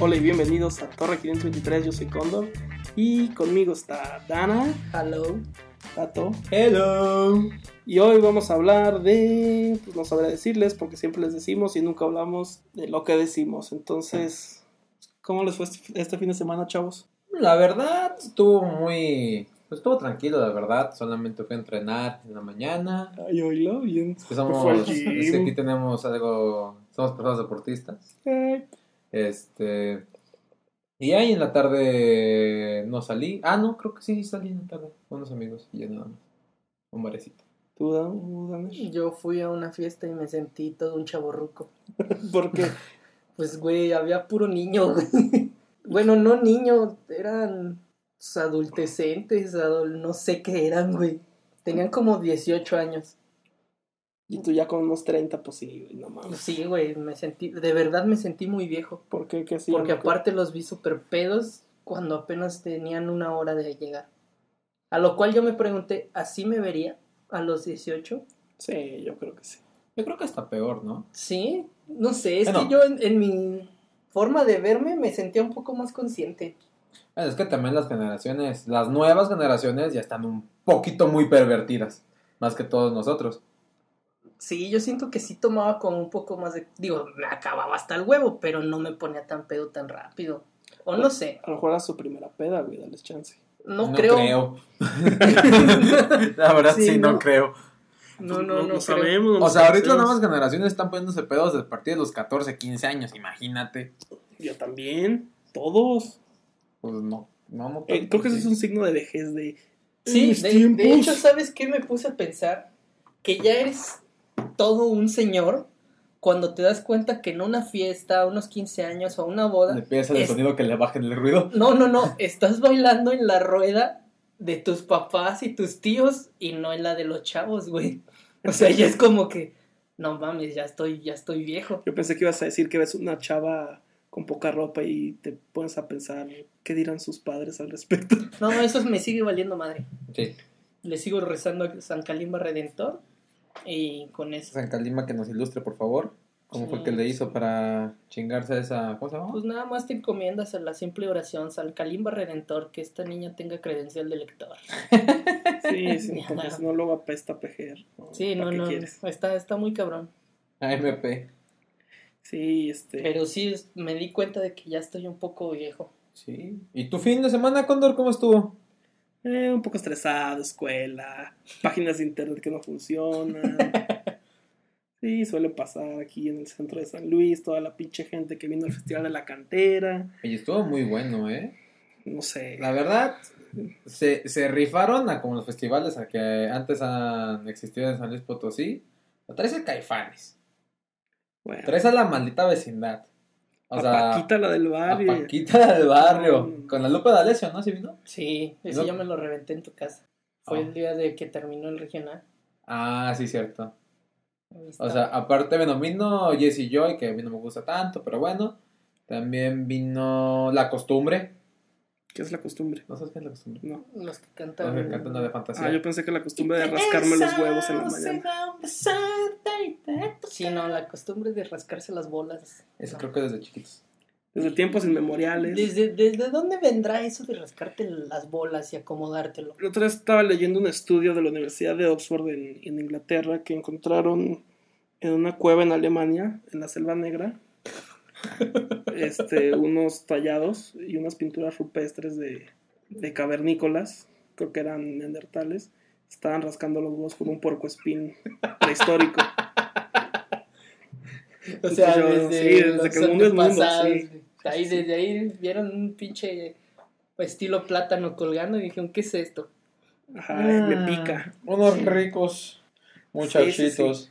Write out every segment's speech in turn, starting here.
Hola y bienvenidos a Torre 523, yo soy Condor y conmigo está Dana, Hello. Tato Hello. y hoy vamos a hablar de, pues no sabré decirles porque siempre les decimos y nunca hablamos de lo que decimos, entonces, ¿cómo les fue este este fin de semana chavos? La verdad, estuvo muy. pues, estuvo tranquilo, la verdad. Solamente fui a entrenar en la mañana. Ay, oílo, bien. Que somos. Fue al es gym. que aquí tenemos algo. Somos personas deportistas. Este. Y ahí en la tarde no salí. Ah, no, creo que sí salí en la tarde. Con unos amigos y ya nada más. Un barecito. ¿Tú, Dan- Daniel? Yo fui a una fiesta y me sentí todo un chaborruco. Porque Pues, güey, había puro niño, güey. Bueno, no niño, eran pues, adultecentes, adol- no sé qué eran, güey. Tenían como 18 años. y tú ya con unos 30, pues sí, güey, no mames. Sí, güey, me sentí, de verdad me sentí muy viejo. ¿Por qué? ¿Qué hacían? Porque aparte los vi súper pedos cuando apenas tenían una hora de llegar. A lo cual yo me pregunté, ¿así me vería a los 18? Sí, yo creo que sí. Yo creo que está peor, ¿no? Sí, no sé, es Bueno. que yo en, en mi forma de verme me sentía un poco más consciente. Bueno, es que también las generaciones, las nuevas generaciones ya están un poquito muy pervertidas. Más que todos nosotros. Sí, yo siento que sí tomaba como un poco más de... Digo, me acababa hasta el huevo, pero no me ponía tan pedo tan rápido. O no sé, A lo mejor era su primera peda, güey, dale chance. no, creo, la verdad sí, Sí, no, no. creo. No, no, no, creo. sabemos. Pues no O sea, ahorita las conocemos. nuevas generaciones están poniéndose pedos a partir de los 14, 15 años, imagínate. Yo también. Todos. Pues no, no, no. Eh, creo que ese es un signo de vejez de. Sí, "Mis de, de tiempos". hecho, ¿sabes qué me puse a pensar? Que ya eres todo un señor cuando te das cuenta que en una fiesta, a unos 15 años o a una boda... Le pides el es- sonido que le bajen el ruido. No, no, no, estás bailando en la rueda de tus papás y tus tíos y no en la de los chavos, güey. O sea, ya es como que, no mames, ya estoy, ya estoy viejo. Yo pensé que ibas a decir que ves una chava con poca ropa y te pones a pensar qué dirán sus padres al respecto. No, eso me sigue valiendo madre. Sí, Le sigo rezando a San Calimba Redentor y con eso. San Calima que nos ilustre, por favor. ¿Cómo fue Sí. que le hizo para chingarse a esa. ¿Cómo se llama? Pues nada más te encomiendas a la simple oración, San Calimba Redentor, que esta niña tenga credencial de lector. Sí, sí, porque si no luego apesta pejer. Sí, ¿Para no, qué no, quieres? está, está muy cabrón. AMP. Sí, este. Pero sí, es- me di cuenta de que ya estoy un poco viejo. Sí. ¿Y tu fin de semana, Cóndor, cómo estuvo? eh, un poco estresado, escuela, páginas de internet que no funcionan. Sí, suele pasar aquí en el centro de San Luis, toda la pinche gente que vino al Festival de la Cantera, Oye, estuvo muy bueno, ¿eh? no sé. La verdad, se, se rifaron a como los festivales a que antes han existido en San Luis Potosí. La traes a Caifanes. Bueno, Traes a la maldita vecindad. O a sea, Paquita, la del a barrio. Paquita del barrio. Mm. Con la lupa de Alessio, ¿no? ¿Sí vino? Sí, No. eso ya me lo reventé en tu casa. Fue Ah. el día de que terminó el regional. Ah, sí, cierto. Ahí Ah. está. O sea, aparte, bueno, vino Jesse Joy, que a mí no me gusta tanto, pero bueno. También vino La Costumbre. ¿Qué es la costumbre? ¿No sabes qué es La Costumbre? No. los que No, cantan. me encanta una de fantasía. Ah, yo pensé que la costumbre de rascarme los huevos en la mañana. Sí, no, la costumbre de rascarse las bolas. Eso No. creo que desde chiquitos. Desde tiempos inmemoriales. ¿Desde, ¿Desde dónde vendrá eso de rascarte las bolas y acomodártelo? El otro día estaba leyendo un estudio de la Universidad de Oxford en, en Inglaterra que encontraron en una cueva en Alemania, en la Selva Negra, este, unos tallados y unas pinturas rupestres de, de cavernícolas, creo que eran neandertales, estaban rascando los huevos con un puercoespín prehistórico. O sea, Yo- desde, sí, desde los que el mundo es mundo, antepasados, sí. güey. Ahí, desde ahí vieron un pinche estilo plátano colgando y dijeron, ¿qué es esto? Ajá, Ah, Ah. me pica. Unos ricos muchachitos. Sí, sí,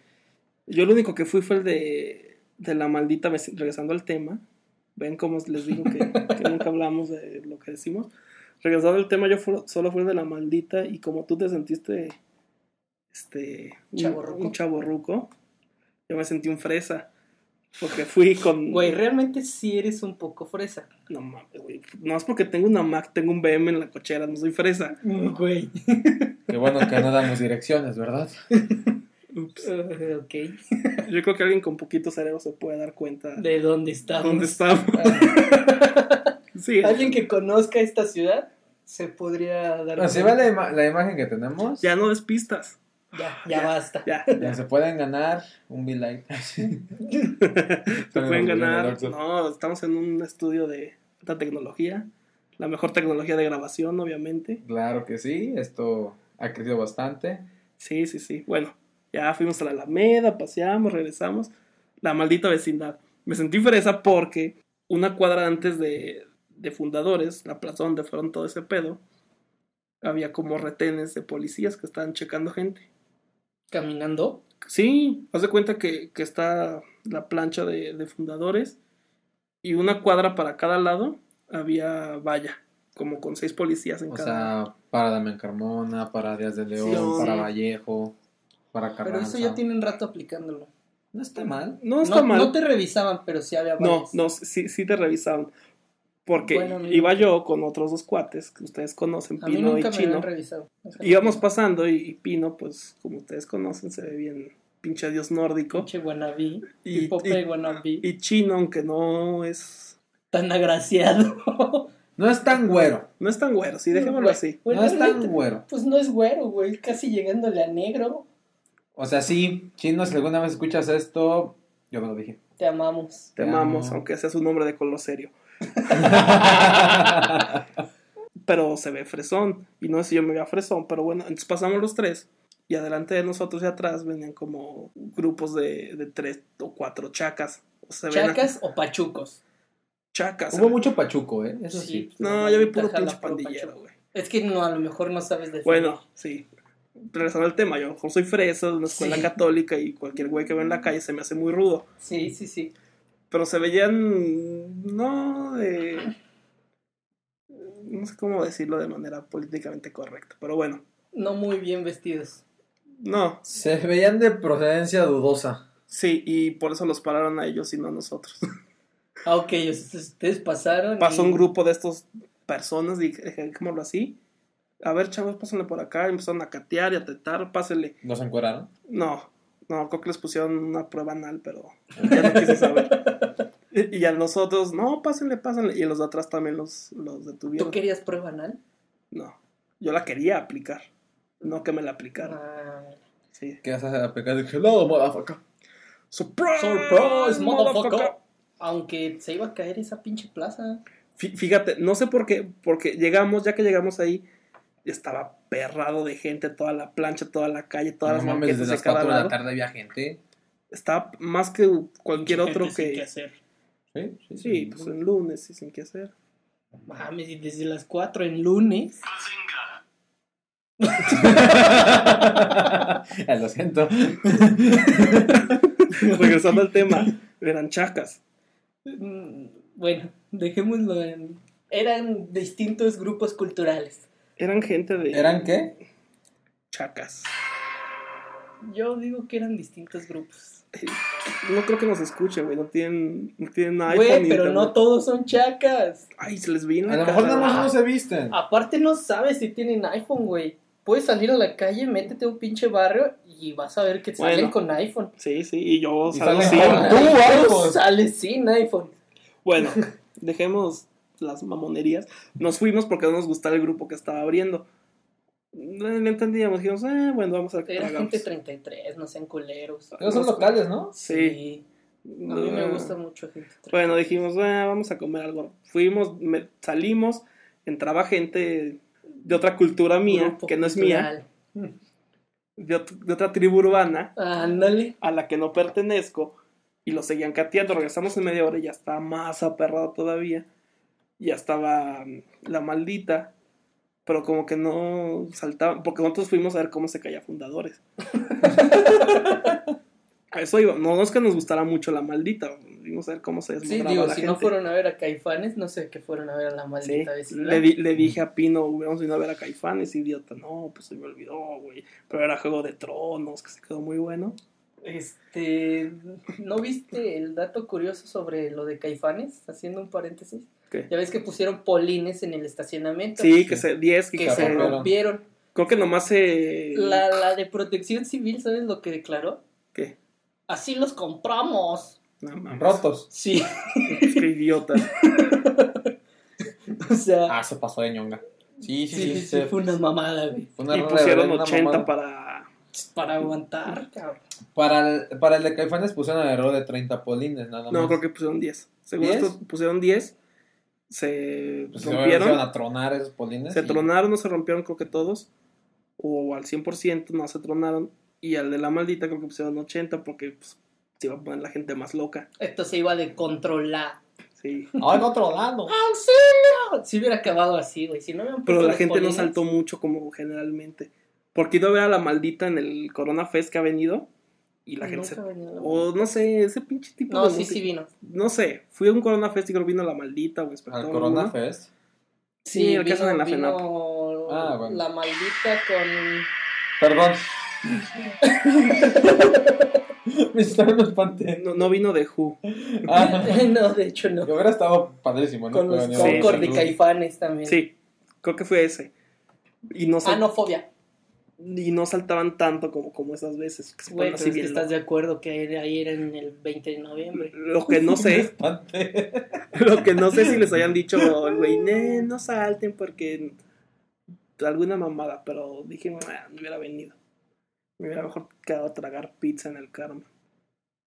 Yo lo único que fui fue el de, de la maldita, vec- regresando al tema. Ven cómo les digo que, que nunca hablamos de lo que decimos. Regresando al tema, yo fu- solo fui el de la maldita y como tú te sentiste este, un, Chavorruco. un chavorruco, yo me sentí un fresa. Porque fui con... Güey, realmente sí eres un poco fresa. No mames, güey. No es porque tengo una Mac, tengo un BM en la cochera, no soy fresa. Güey. Qué bueno que no damos direcciones, ¿verdad? Ups. Eh, ok. Yo creo que alguien con poquito cerebro se puede dar cuenta de ¿De dónde estamos? dónde estamos. Sí, Alguien que conozca esta ciudad se podría dar Ah, Así va la, ima- la imagen que tenemos. Ya. ya no es pistas. Ya, ya basta. Ya, Se pueden ganar un be light. se pueden ganar. No, estamos en un estudio de alta tecnología. La mejor tecnología de grabación, obviamente. Claro que sí, esto ha crecido bastante. Sí, sí, sí. Bueno, ya fuimos a la Alameda, paseamos, regresamos. La maldita vecindad. Me sentí fresa porque una cuadra antes de, de Fundadores, la plaza donde fueron todo ese pedo, había como retenes de policías que estaban checando gente. Caminando. Sí, haz de cuenta que, que está la plancha de, de Fundadores y una cuadra para cada lado había valla, como con seis policías en O cada. sea, para Damián Carmona, para Díaz de León, Sí, para sí. Vallejo, para Pero Carranza. eso ya tienen rato aplicándolo. No está mal. no está mal. te revisaban, pero sí había No, varias. no, sí, sí te revisaron. Porque Bueno, no. iba yo con otros dos cuates que ustedes conocen, A mí Pino y nunca me Chino. habían revisado. O sea, Íbamos pasando y, y Pino, pues como ustedes conocen, se ve bien pinche dios nórdico. Pinche wannabe. Y- Y, Pope y- wannabe. Y Chino, aunque no es... tan agraciado. No es tan güero. No es tan güero, sí, dejémoslo Güey, así. güey, no es tan realmente, güero. Pues no es güero, güey. Casi llegándole a negro. O sea, sí, chino, si alguna vez escuchas esto, yo me lo dije. Te amamos. Te Ya, amamos, no. aunque seas un hombre de color serio. Pero se ve fresón. Y no sé si yo me veía fresón, pero bueno, entonces pasamos los tres. Y adelante de nosotros y atrás venían como grupos de, de tres o cuatro chacas. O sea, se ven a- ¿Chacas o pachucos? Chacas. se Hubo ven- mucho pachuco, ¿eh? Eso sí. No, yo vi puro Jala, pinche puro pandillero, pachuco. güey. Es que no, a lo mejor no sabes de Bueno, sí. Regresando al tema, yo a lo mejor soy fresa de una escuela Sí. católica y cualquier güey que veo en la calle se me hace muy rudo. Sí, sí, sí. Pero se veían. No, de. No sé cómo decirlo de manera políticamente correcta, pero bueno. No muy bien vestidos. No, Se veían de procedencia dudosa. sí, y por eso los pararon a ellos y no a nosotros. Ah, ok, o sea, ustedes pasaron. Pasó y- un grupo de estos personas, y dejémoslo así. A ver, chavos, pásenle por acá. Empezaron a catear y a tetar, pásenle. ¿Nos encueraron? No, no, creo que les pusieron una prueba anal, pero ya no quise saber. Y y a nosotros, no, pásenle, pásenle. Y a los de atrás también los, los ¿Tú detuvieron. querías prueba anal? No, yo la quería aplicar, no que me la aplicaran. Ah, Sí. ¿Qué haces a pecar? Dije, no, motherfucker. ¡Surprise! Surprise, motherfucker. motherfucker! Aunque se iba a caer esa pinche plaza. Fí- Fíjate, no sé por qué, porque llegamos, ya que llegamos ahí, estaba perrado de gente, toda la plancha, toda la calle, todas No las mames, banquetas desde de las cada 4 de la lado. tarde había gente. Estaba más que cualquier Mucha gente otro sin qué que... hacer. Sí, sí, Sí, pues en lunes y sin qué hacer. Mames, y desde las 4 en lunes. Eh, Lo siento. Regresando al tema, eran chacas. Mm, Bueno, dejémoslo en. Eran distintos grupos culturales. Eran gente de ¿Eran qué? chacas. Yo digo que eran distintos grupos. No creo que nos escuchen, güey. No tienen, no tienen iPhone. Güey, ni pero no internet. todos son chacas. Ay, se les vi en la A lo cara. mejor nada más no se visten. Aparte, no sabes si tienen iPhone, güey. Puedes salir a la calle, métete a un pinche barrio y vas a ver que salen Bueno. con iPhone. Sí, sí, y yo Y salgo salen así. con- Tú, Tú, iPhone. iPhone. Sales sin iPhone. Bueno, dejemos las mamonerías. Nos fuimos porque no nos gustaba el grupo que estaba abriendo. No no entendíamos. Dijimos, eh, bueno, vamos a ver qué Era hagamos. gente 33, no sean culeros. Esos son locales, ¿no? Sí. A mí me gusta mucho gente 33. Bueno, dijimos, "Ah, vamos a comer algo. Fuimos, me- salimos, entraba gente de otra cultura mía, Grupo que no es mía, cultural. de, ot- de otra tribu urbana, Ándale. a la que no pertenezco, y lo seguían cateando. Regresamos en media hora y ya estaba más aperrado todavía. Ya estaba mm, la maldita, pero como que no saltaban, porque nosotros fuimos a ver cómo se caía Fundadores. A Eso iba, no, no es que nos gustara mucho la maldita, vimos a ver cómo se Sí, desmontaba digo, la si gente. no fueron a ver a Caifanes, no sé qué fueron a ver a la Sí, maldita vecindad. le, di- le dije a Pino, hubiéramos ido a ver a Caifanes, idiota. No, pues se me olvidó, güey. Pero era Juego de Tronos, que se quedó muy bueno. Este, ¿no viste el dato curioso sobre lo de Caifanes? Haciendo un paréntesis. ¿Qué? Ya ves que pusieron polines en el estacionamiento Sí, que se 10 y que se cabrón. rompieron. Creo que nomás se. La, la de protección civil, ¿sabes lo que declaró? ¿Qué? Así los compramos. No mames. Rotos. Sí, Es que idiota. o sea, Ah, se pasó de ñonga. Sí, sí, sí, sí, fue una mamada, güey. Fue Y pusieron reverenda 80 mamada. para. Para aguantar, cabrón. Para el, para el de Caifanes pusieron alrededor de 30 polines, nada más. No, creo que pusieron 10. Según ¿Diez? esto, pusieron 10. Se Pues obviamente se iban rompieron. a tronar esos polines. Se y- tronaron o se rompieron, creo que todos. O al 100%, no se tronaron. Y al de la maldita, creo que pusieron 80 porque pues, se iba a poner la gente más loca. Esto se iba de controlar. Sí. Pues Ahora en otro lado. ¡Auxilio! Si hubiera acabado así, güey. Si no hubieran Pero puesto la los gente no polines, saltó mucho como generalmente. Porque iba a ver a la maldita en el Corona Fest que ha venido. Y la gente se... nunca Oh, venía la- O no sé, ese pinche tipo No, de sí, música. sí vino. No sé, fui a un Corona Fest y creo que vino la maldita o Al espectador. Corona Fest. Sí, el que hacen en la FENAP. vino Ah, bueno. La maldita con. Perdón. Me estaba en espanté. No, no vino de Who. Ah, no, de hecho no. yo hubiera estado padrísimo, ¿no? Con los Pero ni Sí, modo. Concord de Caifanes también. Sí, creo que fue ese. Y no, sal- Ah, no, fobia. y no saltaban tanto como, como esas veces. Que se Güey, ponen pero así es que bien estás de acuerdo que era- ahí era en el 20 de noviembre. locos. Lo que no sé, Espanté. lo que no sé si les hayan dicho, güey, "Ne, no salten porque alguna mamada, pero dije, "Ah, me hubiera venido. Me hubiera mejor quedado a tragar pizza en el karma.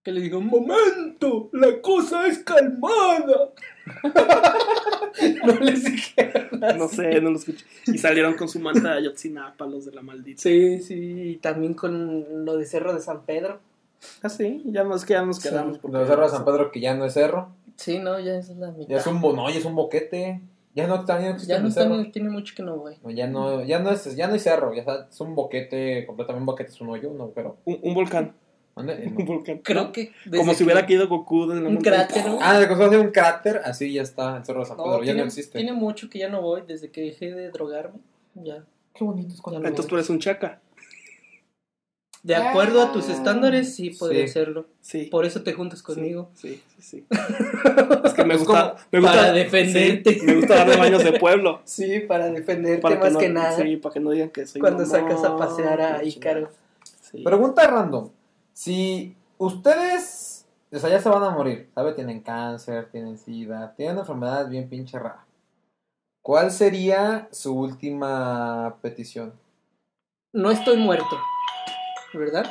Que le digo, momento, la cosa es calmada. no les dijeron No así. sé, no lo escuché. Y salieron con su manta de Ayotzinapa, los de la maldita. Sí, sí, y también con lo de Cerro de San Pedro. Ah, sí, ya nos, que ya nos Sí. quedamos. porque- Los cerros de San Pedro que ya no es cerro. Sí, no, ya es la mitad. Ya es un, bo- no, ya es un boquete. Ya no, ya no existe Ya no el está, cerro. tiene mucho que no voy. No, ya no, ya no es, ya no hay cerro, ya está- es un boquete, completamente un boquete, es un hoyo, no, pero. Un, un volcán. ¿dónde? Un volcán. Creo que. desde Como si que- hubiera caído Goku de la Un montaña. cráter. ¿no? Ah, de que se hace un cráter, así ya está el cerro de San No, Pedro, ya tiene, no existe. tiene mucho que ya no voy desde que dejé de drogarme. Ya. Qué bonito es cuando. Ya no Ah, Entonces tú eres un chaca. De acuerdo a tus estándares, sí podría Sí. serlo. Sí. Por eso te juntas Sí, conmigo. Sí, sí, sí. Es que me Es gusta, como me gusta para defenderte. sí, me gusta darle baños de pueblo. Sí, para defenderte Para más no, que nada. Sí, para que no digan que soy cuando mamón, sacas a pasear a que Ícaro. Sí. Pregunta random. Si ustedes, o sea, ya se van a morir, ¿sabe? Tienen cáncer, tienen sida, tienen enfermedades bien pinche raras. ¿Cuál sería su última petición? No estoy muerto. ¿Verdad?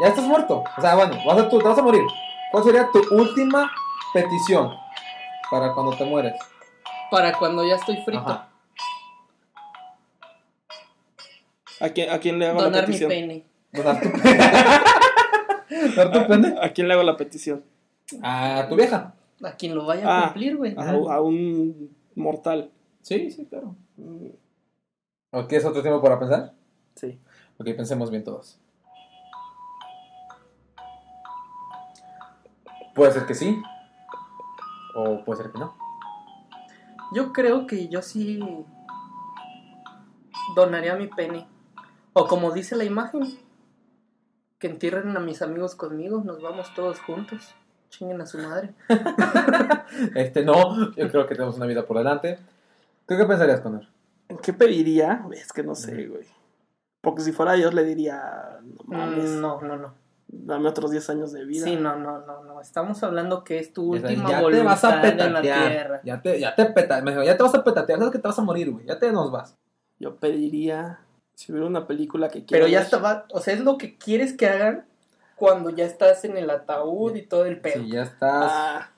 Ya estás muerto. O sea, bueno, vas a, tú, te vas a morir. ¿Cuál sería tu última petición para cuando te mueres? Para cuando ya estoy frito. Ajá. ¿A quién, ¿A quién le hago la Donar mi petición? pene. Donar tu pene. Donar tu pene. ¿A quién le hago la petición? A tu vieja. A quien lo vaya a Ah. cumplir, güey. A, a un mortal. Sí, sí, claro. Mm, ¿O quieres otro tiempo para pensar? Sí. Ok, pensemos bien todos. Puede ser que sí. O puede ser que no. Yo creo que yo sí donaría mi pene. O como dice la imagen, que entierren a mis amigos conmigo, nos vamos todos juntos. Chinguen a su madre. Este no, yo creo que tenemos una vida por delante. ¿Tú qué pensarías, Connor? ¿Qué pediría? Es que no sé, güey. Porque si fuera Dios le diría, no mames, Mm, No, no, no. dame otros 10 años de vida. Sí, no, no, no, no. Estamos hablando que es tu O sea, última ya voluntad te vas a en la petatear. tierra. Ya te, ya te peta- me dijo, ya te vas a petatear. Sabes que te vas a morir, güey. Ya te nos vas. Yo pediría, si hubiera una película que quiero Pero ya ver- estaba, o sea, es lo que quieres que hagan cuando ya estás en el ataúd y todo el pedo. Sí, ya estás. Ah,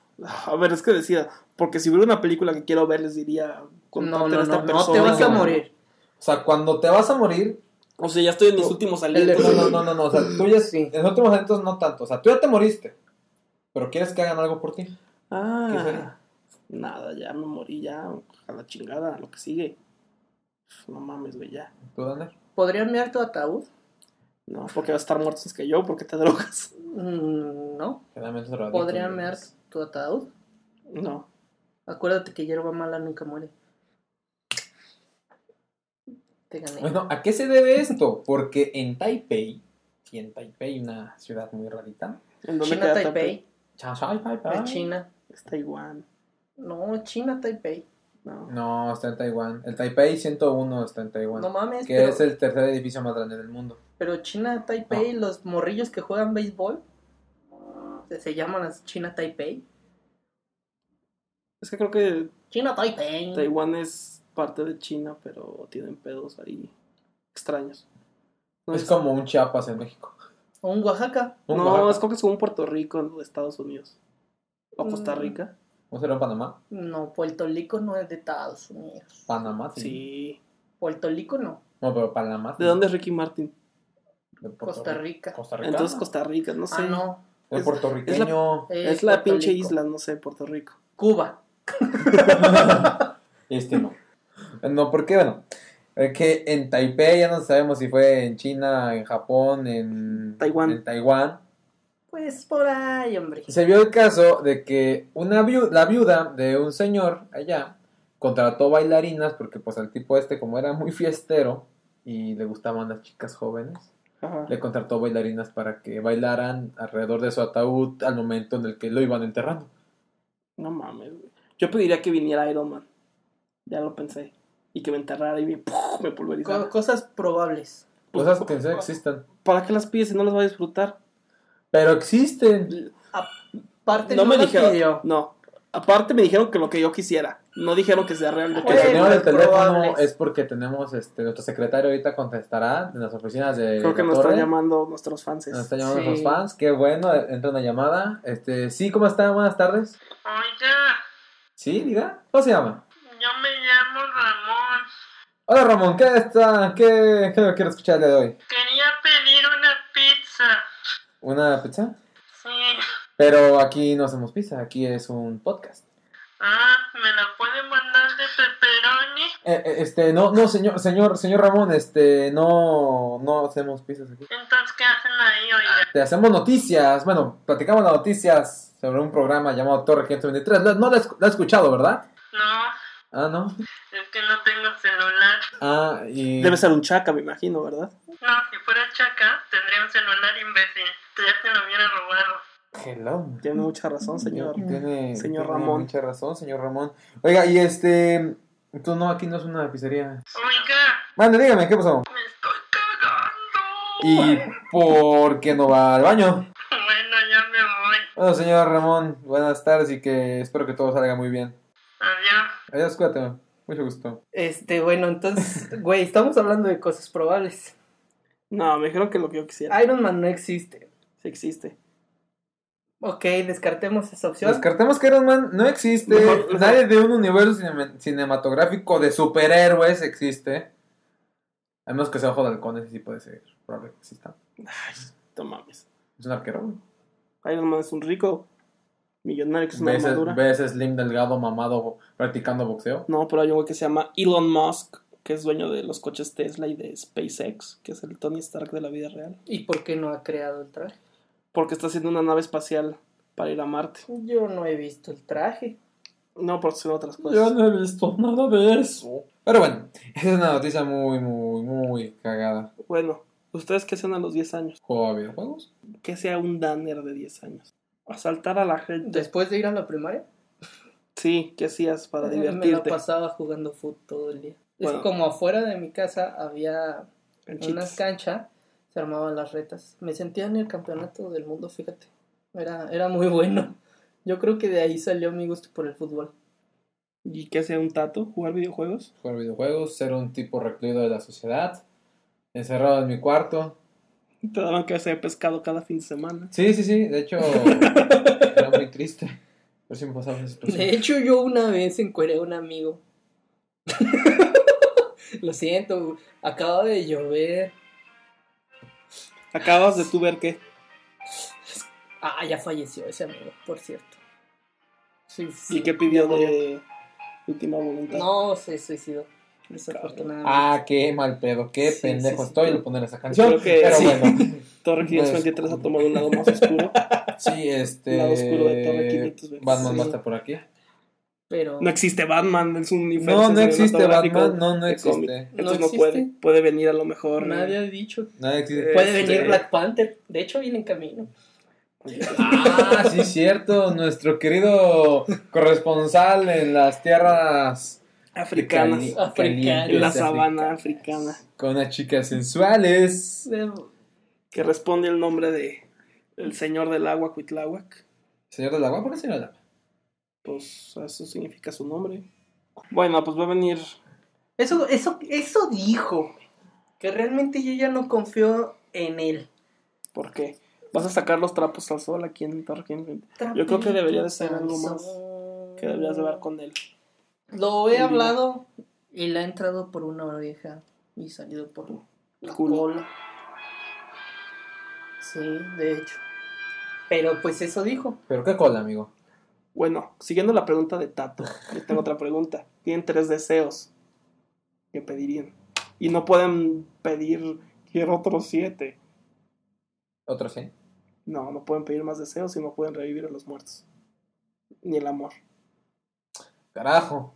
a ver, es que decía, porque si hubiera una película que quiero ver, les diría, no, contacten a no, no, esta no te persona. vas a morir. O sea, cuando te vas a morir, O sea, ya estoy en mis últimos alientos. No, no, no, no, no, o sea, tú ya, Sí. en otros momentos no tanto, o sea, tú ya te moriste, pero quieres que hagan algo por ti. ¿Qué Ah, sería? nada, ya me morí, ya, a la chingada, lo que sigue. No mames, güey, ya. ¿Tú, Daniel? ¿Podrían mirar tu ataúd? No, porque vas a estar muerto antes que yo, porque te drogas. Mm, No. Generalmente se lo adictos, ¿Podrían ¿no? mear tu ataúd? No. Acuérdate que hierba mala nunca muere. Te gané. Bueno, ¿a qué se debe esto? Porque en Taipei, y en Taipei, una ciudad muy rarita, ¿En dónde China, queda Taipei. Taipei? Chao, chao, bye, bye. De China. Es Taiwán. No, China, Taipei. No. No, está en Taiwán. El Taipei 101 está en Taiwán. No mames, que pero, es el tercer edificio más grande del mundo. pero China Taipei, los morrillos que juegan béisbol, se, se llaman las China Taipei. Es que creo que China Taipei. Taiwán es parte de China, pero tienen pedos ahí extraños. No, es como un Chiapas en México. O un Oaxaca. Un no, Oaxaca. es como que es como un Puerto Rico en Estados Unidos. O Costa Mm. Rica. ¿Cómo será Panamá? No, Puerto Rico no es de Estados Unidos. Panamá, sí. Sí. Puerto Rico no, No, pero Panamá. sí. ¿De dónde es Ricky Martin? De Puerto Costa Rica. Ah, Costa Rica. Entonces Costa Rica, no sé. Ah, no. El es- puertorriqueño. Es la Puerto pinche Rico. isla, no sé, Puerto Rico. Cuba. Este no. No, porque bueno. Es que en Taipei ya no sabemos si fue en China, en Japón, en Taiwán. En Taiwán. Pues por ahí, hombre. Se vio el caso de que una viu- la viuda de un señor allá contrató bailarinas porque pues al tipo este como era muy fiestero y le gustaban las chicas jóvenes, Ajá. le contrató bailarinas para que bailaran alrededor de su ataúd al momento en el que lo iban enterrando. No mames, güey. Yo pediría que viniera Iron Man. Ya lo pensé. Y que me enterrara y me, ¡puf! me Co- pulverizara. cosas probables. Cosas que no existen. ¿Para qué las pides si no las va a disfrutar? Pero existen. Parte No me las dijeron. pidió. No. Aparte me dijeron que lo que yo quisiera. No dijeron que sea real. lo que- Que Bueno, sonó el teléfono probables. es porque tenemos este nuestro secretario ahorita contestará en las oficinas de Creo que la nos están torre. llamando nuestros fans. Nos están llamando Sí. nuestros fans, qué bueno, entra una llamada. Este, sí, ¿cómo está? Buenas tardes. Oiga, Sí, diga. ¿Cómo se llama? yo me llamo Ramón. Hola Ramón, ¿qué está? ¿Qué, qué quiero escuchar el día de hoy? Quería pedir una pizza. ¿Una pizza? Sí. Pero aquí no hacemos pizza, aquí es un podcast. Ah, ¿me la puede mandar de pepperoni? Eh, eh, este, no, no, señor, señor, señor Ramón, este, no, no hacemos pizzas aquí. Entonces, ¿qué hacen ahí, oiga? Te hacemos noticias, bueno, platicamos las noticias sobre un programa llamado Torre 523. La- No la, has- la has escuchado, ¿verdad? No, Ah, no. es que no tengo celular. Ah, y... Debe ser un chaca, me imagino, ¿verdad? No, si fuera chaca, tendría un celular imbécil. Ya te lo hubiera robado. Hello. Tiene mucha razón, señor. Tiene, Señor tiene Ramón. mucha razón, señor Ramón. Oiga, y este... Tú no, aquí no es una pizzería. Oiga, Mande, dígame, ¿qué pasó? me estoy cagando. ¿Y por qué no va al baño? Bueno, ya me voy. Bueno, señor Ramón, buenas tardes y que espero que todo salga muy bien. Adiós. Adiós, cuídate. Mucho gusto. Este, bueno, entonces, güey, estamos hablando de cosas probables. No, me dijeron que lo que yo quisiera. Iron Man no existe. Sí existe. Ok, descartemos esa opción. Descartemos que Iron Man no existe. Mejor- Nadie de un universo cine- cinematográfico de superhéroes existe. A menos que sea Ojo de Halcón, ese sí puede ser. Probable que exista. Ay, no mames. Es un arquero. Iron Man es un rico millonario que es una Veces, armadura. ves Slim Delgado mamado practicando boxeo. No, pero hay un güey que se llama Elon Musk, que es dueño de los coches Tesla y de SpaceX, que es el Tony Stark de la vida real. ¿Y por qué no ha creado el traje? Porque está haciendo una nave espacial para ir a Marte. Yo no he visto el traje. No, porque son otras cosas. Yo no he visto nada de eso. Pero bueno, es una noticia muy, muy, muy cagada. Bueno, ¿ustedes qué hacen a los 10 años? ¿Juego a videojuegos? Que sea un danner de 10 años. Asaltar a la gente. Después de ir a la primaria, Sí, ¿qué hacías para me la divertirte? pasaba jugando fútbol todo el día. Bueno. Es como afuera de mi casa había En una chitas. cancha, se armaban las retas. Me sentía en el campeonato del mundo, fíjate. Era, era muy bueno. Yo creo que de ahí salió mi gusto por el fútbol. ¿Y qué hacía un tato? ¿Jugar videojuegos? jugar videojuegos, ser un tipo recluido de la sociedad, encerrado en mi cuarto. Te daban cabeza de pescado cada fin de semana. Sí, sí, sí, de hecho era muy triste. Pero sí me pasaba esa De situación. hecho, yo una vez encueré a un amigo. Lo siento, acaba de llover. Acabas de tú ver que Ah, ya falleció ese amigo, por cierto. Sí, sí. ¿Y qué pidió de última voluntad? No, se suicidó. Desafortunadamente. Ah, qué mal pedo, qué Sí, sí, pendejo sí, estoy creo- al poner esa canción. creo que- Pero sí. bueno, Torre No es- 523 ha tomado un lado más oscuro. sí, este. Lado oscuro de Torre 520. Batman Sí. va a estar por aquí. Pero. No existe Batman, es un universo. No, no existe cinematográfico Batman, no, no de cómic. existe. Entonces ¿No no, existe? puede. Puede venir a lo mejor. Nadie ha dicho. Nadie existe. Eh, Puede Este- venir Black Panther. De hecho, viene en camino. Ah, sí, cierto, nuestro querido corresponsal en las tierras Africanas. Cali- Africanas. calientes, En la africanas. sabana africana. Con las chicas sensuales. Que responde el nombre de el señor del agua, Cuitláhuac. Señor del agua, ¿por qué señor del agua? Pues eso significa su nombre. Bueno, pues va a venir. Eso, eso, eso dijo. Que realmente yo ya no confío en él. ¿Por qué? ¿Vas a sacar los trapos al sol aquí en Torreón? Yo creo que debería de ser algo más Que deberías hablar con él. Lo he Mira. hablado y le ha entrado por una oreja y salido por la Culo. cola. Sí, de hecho. Pero pues eso dijo. Pero qué cola, amigo. Bueno, siguiendo la pregunta de Tato, yo tengo otra pregunta. Tienen tres deseos que pedirían. Y no pueden pedir, quiero otros siete. Otro sí. No, no pueden pedir más deseos y no pueden revivir a los muertos. Ni el amor. Carajo.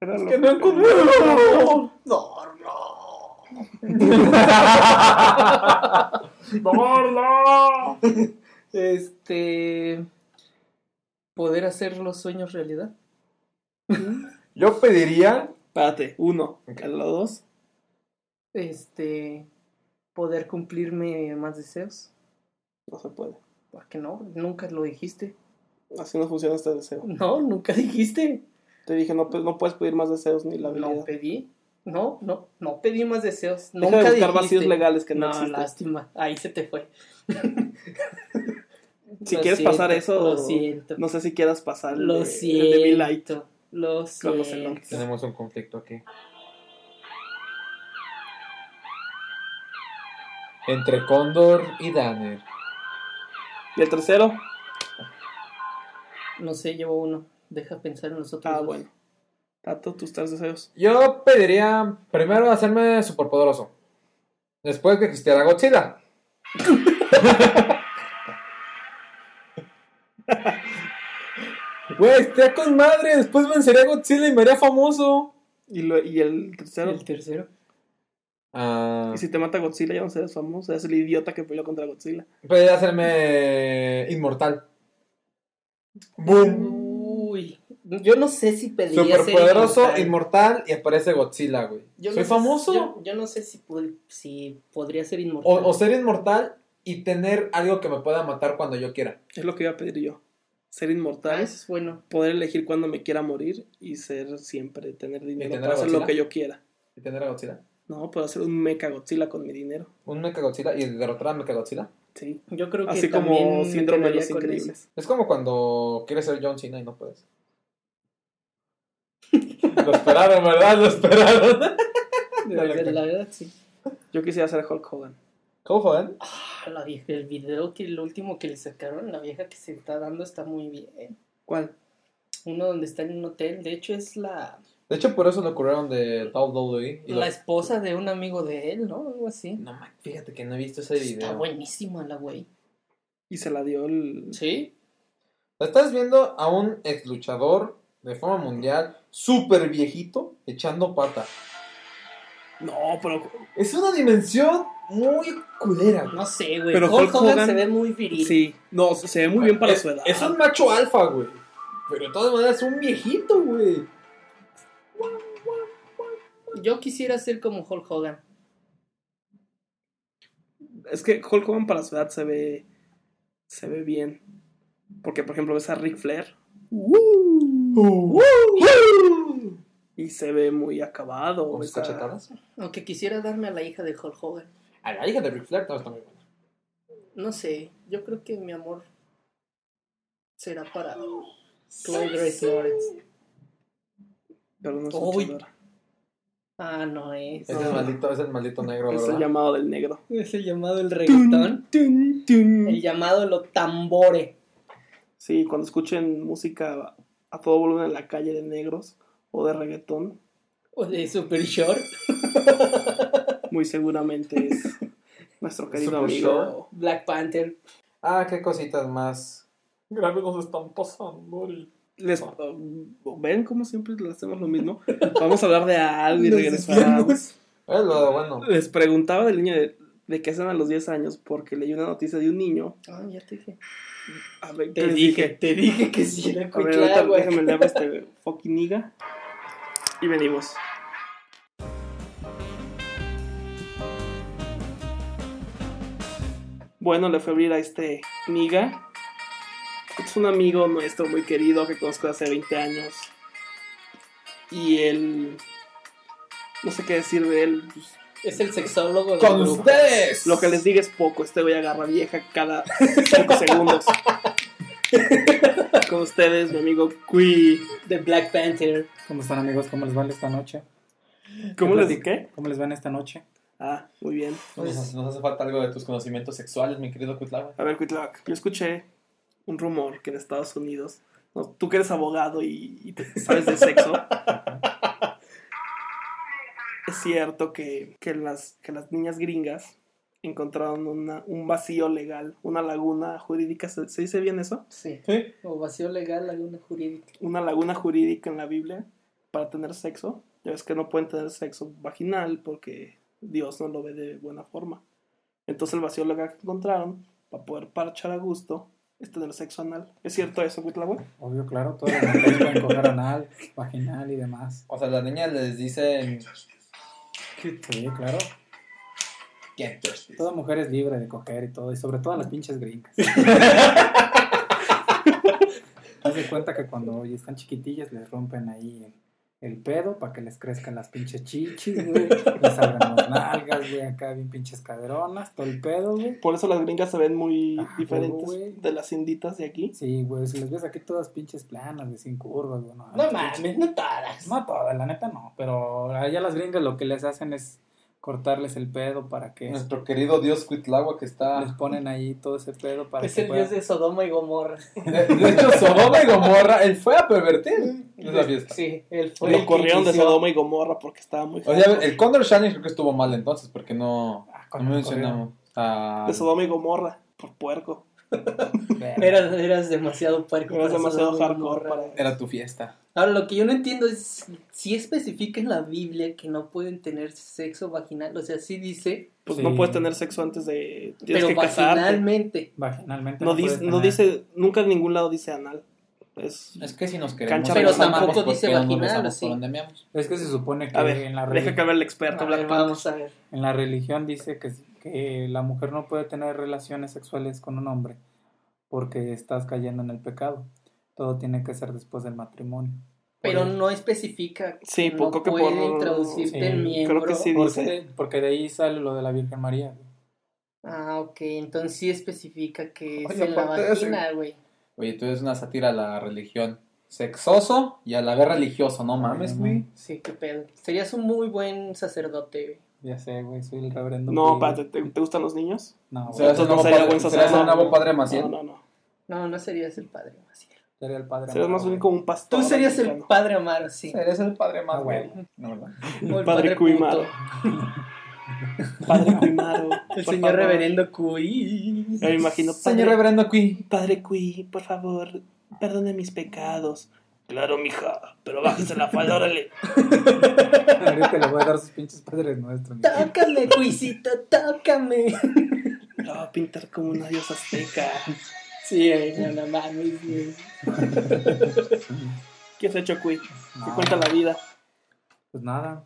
Era lo que no han comido. No, no. ¡Dorla! Este. Poder hacer los sueños realidad. Yo pediría. Espérate, uno. Ok. A los dos. Este. Poder cumplirme más deseos. No se puede. ¿Por qué no? Nunca lo dijiste. Así no funciona este deseo. No, nunca dijiste. Te dije, no, pues, no puedes pedir más deseos ni la habilidad. No pedí. No, no, no pedí más deseos. Deja Nunca de buscar dijiste. vacíos legales que no, no, existen. lástima. Ahí se te fue. Si Lo quieres pasar siento, eso, Lo siento. No sé si quieras pasar el lo de- el siento. de Be Light. Lo con los siento. elotes. Tenemos un conflicto aquí. Entre Cóndor y Danner. Y el tercero, No sé, llevo uno. Deja pensar en los otros. Ah, dos. bueno. Tato, tus tres deseos. Yo pediría primero hacerme superpoderoso. Después que existiera Godzilla. Güey, estaría con madre. Después vencería a Godzilla y me haría famoso. Y, lo- y el tercero. El tercero. Ah, Y si te mata Godzilla, ya no serás famoso. Eres el idiota que peleó contra Godzilla. Pediría hacerme inmortal. Boom. Uy. Yo no sé si pediría ser Superpoderoso, inmortal. inmortal y aparece Godzilla, güey. Yo no Soy sé- famoso. Yo, yo no sé si, pod- si podría ser O, inmortal. o ser inmortal y tener algo que me pueda matar cuando yo quiera. Es lo que iba a pedir yo. Ser Ah, inmortal, eso es bueno. poder elegir cuando me quiera morir y ser siempre, tener dinero tener a para hacer lo Godzilla? que yo quiera. ¿Y tener a Godzilla? No, puedo hacer un mecha Godzilla con mi dinero. Un Mecha Godzilla y derrotar a Mecha Godzilla. Sí. Yo creo que Así también como me síndrome de quedaría los con increíbles. Es como cuando quieres ser John Cena y no puedes. Lo esperaron, ¿verdad? Lo esperaron. eso. De verdad, la verdad, sí. Yo quisiera ser Hulk Hogan. ¿Cómo jodan? Ah, La vieja, el video que el último que le sacaron, la vieja que se está dando está muy bien. ¿Cuál? Uno donde está en un hotel, de hecho es la, De hecho, por eso lo ocurrieron de WWE. Y lo- la esposa de un amigo de él, ¿no? Algo así. No, ma- fíjate que no he visto ese video. Está buenísima la güey. Y se la dio el. Sí. Estás viendo a un ex luchador de forma mundial, súper viejito, echando pata. No, pero. Es una dimensión muy culera. No sé, güey. Pero Hulk, Hulk Hogan, Hogan- se ve muy viril. Sí. No, se se ve muy bien para Es- su edad. Es un macho alfa, güey. Pero de todas maneras es un viejito, güey. Yo quisiera ser como Hulk Hogan. Es que Hulk Hogan para su edad se ve. Se ve bien. Porque, por ejemplo, ves a Ric Flair. Uh. Uh, Y se ve muy acabado. ¿Con ves sus a- cachetadas? Aunque quisiera darme a la hija de Hulk Hogan. A la hija de Ric Flair no está muy buena. No sé, yo creo que mi amor será para Chloe Grace Lawrence. Pero no es Uy. luchadora. Ah, no es. Es el maldito, es el maldito negro, Es el ¿verdad? llamado del negro. Es el llamado el reggaetón. Tun, tun. El llamado lo tambore. Sí, cuando escuchen música a todo volumen en la calle de negros o de reggaetón, O de Super Short. muy seguramente es nuestro querido Super amigo. Shore. Black Panther. Ah, qué cositas más graves nos están pasando ahorita. Les, ¿Ven cómo siempre le hacemos lo mismo? Vamos a hablar de algo y Nos regresamos. Es lo bueno. Les preguntaba del niño de, de qué hacen a los 10 años porque leí una noticia de un niño. Ah, ya te dije. A ver, Te ¿qué les dije, te dije que sí era A ver, ahorita Cuitláhuac. déjame leer este fucking niga. y venimos. Bueno, le fue a abrir a este Niga. Es un amigo nuestro muy querido que conozco hace 20 años. Y él. No sé qué decir de él. pues, Es el sexólogo del Con grupo. ustedes. Lo que les diga es poco. Este güey agarra vieja cada 5 segundos. Con ustedes, mi amigo Cui. de Black Panther. ¿Cómo están amigos? ¿Cómo les va esta noche? ¿Cómo ¿Te les platico? qué? ¿Cómo les van esta noche? Ah, muy bien. Nos, hace- nos hace falta algo de tus conocimientos sexuales, mi querido Cuitlava. A ver, Cuitlac, yo escuché un rumor que en Estados Unidos, no, tú que eres abogado y, y te- sabes de sexo, es cierto que, que las, que las niñas gringas encontraron una- un vacío legal, una laguna jurídica, ¿se, se dice bien eso? Sí. Sí. O vacío legal, alguna jurídica. Una laguna jurídica en la Biblia para tener sexo. Ya ves que no pueden tener sexo vaginal porque Dios no lo ve de buena forma. Entonces el vacío legal que encontraron para poder parchar a gusto es tener sexo anal. ¿Es cierto eso, Cuitlahuac? Obvio, claro, todas las mujeres pueden coger anal, vaginal y demás. O sea, las niñas les dicen. Sí, claro. "Get thirsty". Toda mujer es libre de coger y todo, y sobre todo las pinches gringas. Haz de cuenta que cuando ya están chiquitillas les rompen ahí el, el pedo para que les crezcan las pinches chichis, güey. Les abran las nalgas, güey, acá bien pinches caderonas, todo el pedo, güey. Por eso las gringas se ven muy Ah, diferentes güey. de las inditas de aquí. Sí, güey, si les ves aquí todas pinches planas, de sin curvas, güey. No, No pinche- mames, Ah, no todas. No todas, la neta no, pero allá las gringas lo que les hacen es cortarles el pedo para que Nuestro querido Dios Cuitlagua que les está. ponen ahí todo ese pedo para Es que el dios puedan- de Sodoma y Gomorra. De, de hecho, Sodoma y Gomorra, él fue a pervertir. Es la fiesta. Sí, él fue. el Lo que corrieron de inició. Sodoma y Gomorra porque estaba muy O feo. sea, el Condor Shining creo que estuvo mal entonces, porque no, Ah, no cuando mencionamos. a- De Sodoma y Gomorra, por puerco. corrieron. Eras, eras demasiado puerco. Eras para demasiado Sodoma y hardcore Gomorra. para- Era tu fiesta. Ahora, lo que yo no entiendo es si especifica en la Biblia que no pueden tener sexo vaginal. O sea, sí dice, Pues Sí. no puedes tener sexo antes de... Tienes pero que casarte. vaginalmente. Vaginalmente No puedes dice, no tener- dice... Nunca en ningún lado dice anal. Es... Es que si nos queremos, Pero nos amamos, tampoco pues, ¿por dice qué no nos vaginal, besamos ¿o sí? por donde amamos. Es que se supone que A ver, en, la relig- deja que hable el experto. A Black ver, Panther. vamos a ver. en la religión dice que, que la mujer no puede tener relaciones sexuales con un hombre porque estás cayendo en el pecado. Todo tiene que ser después del matrimonio. Pero Por- no especifica. Sí, no por- creo que puede por- introducirte sí, el miembro. creo que sí. porque, porque de ahí sale lo de la Virgen María. güey. Ah, ok. Entonces sí especifica que es Oye, en la aparte de eso- vagina, güey. Oye, tú eres una sátira a la religión. Sexoso y a la vez religioso, no Eh, mames, güey. Sí, qué pedo. Serías un muy buen sacerdote, güey. Ya sé, güey, soy el reverendo. No, Pío. espérate, ¿te, te gustan los niños? No, güey. Entonces ¿Serás el no nuevo sería padre, buen serás el sacerdote. nuevo padre No, Maciel? no, no. No, no serías el padre Maciel. Sería el padre. Serías amado, más bien güey. como un pastor. Tú serías el americano. padre Amaro, sí. Eres el padre Ah, más, güey. güey. No, ¿verdad? O El padre Cuimaro. puto. Padre Cuimaro. El por señor favor. reverendo Cui. Ya me imagino. Señor padre- Reverendo Qui. Padre Cui, por favor, perdone mis pecados. Claro, mija, pero bájese la falda, órale. Ahorita le voy a dar sus pinches padres nuestros. güey. Tócame, Cuisito, tócame. La va a pintar como una diosa azteca. Sí, güey, no, no mames, güey. ¿Qué has hecho, Cui? ¿Qué No, cuenta la vida? Pues nada,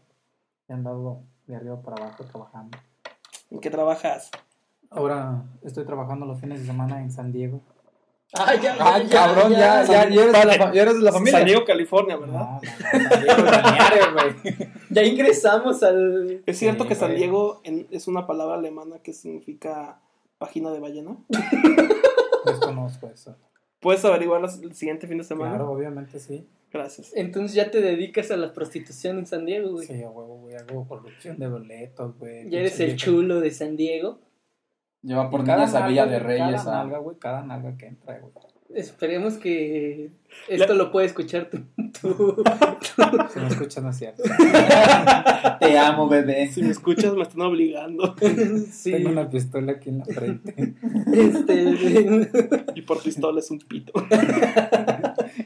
he andado de arriba para abajo trabajando. ¿En qué trabajas? Ahora estoy trabajando los fines de semana en San Diego. Ah, ya, Ah, cabrón, ya, ya, ya eres de la fa- ya eres de la San familia. Diego, California, No, ¿verdad? no, no, San Diego es balneario, güey. Ya ingresamos al. Es cierto Sí, que San güey. Diego en- es una palabra alemana que significa página de ballena. Desconozco eso. ¿Puedes averiguarlo el siguiente fin de semana? Claro, obviamente sí. Gracias. Entonces ya te dedicas a la prostitución en San Diego, güey. Sí, a huevo, güey. Hago corrupción de boletos, güey. Ya eres Pinche el vieja. chulo de San Diego. Lleva por Cada niñas a nalga, Villa de güey, Reyes. Cada a- nalga, güey. Cada nalga que entra, güey. Esperemos que esto lo pueda escuchar tú. tú. Si me escuchas, no es cierto. Te amo, bebé. Si me escuchas, me están obligando. Sí. Tengo una pistola aquí en la frente Este, Y por pistola es un pito.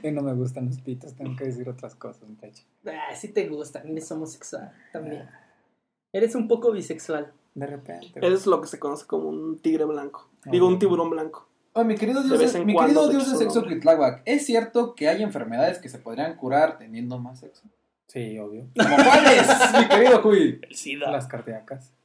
y no me gustan los pitos, tengo que decir otras cosas, muchacho. ah, sí te gustan, eres homosexual también. Eres un poco bisexual. De repente. güey. Eres lo que se conoce como un tigre blanco. Digo, un tiburón blanco. Oye, mi querido Dios, De de, vez en mi cuando querido te Dios de chulo, sexo hombre. Cuitláhuac, ¿es cierto que hay enfermedades que se podrían curar teniendo más sexo? Sí, obvio. ¿Cómo cuáles? Mi querido Cuy. El SIDA. Las cardíacas.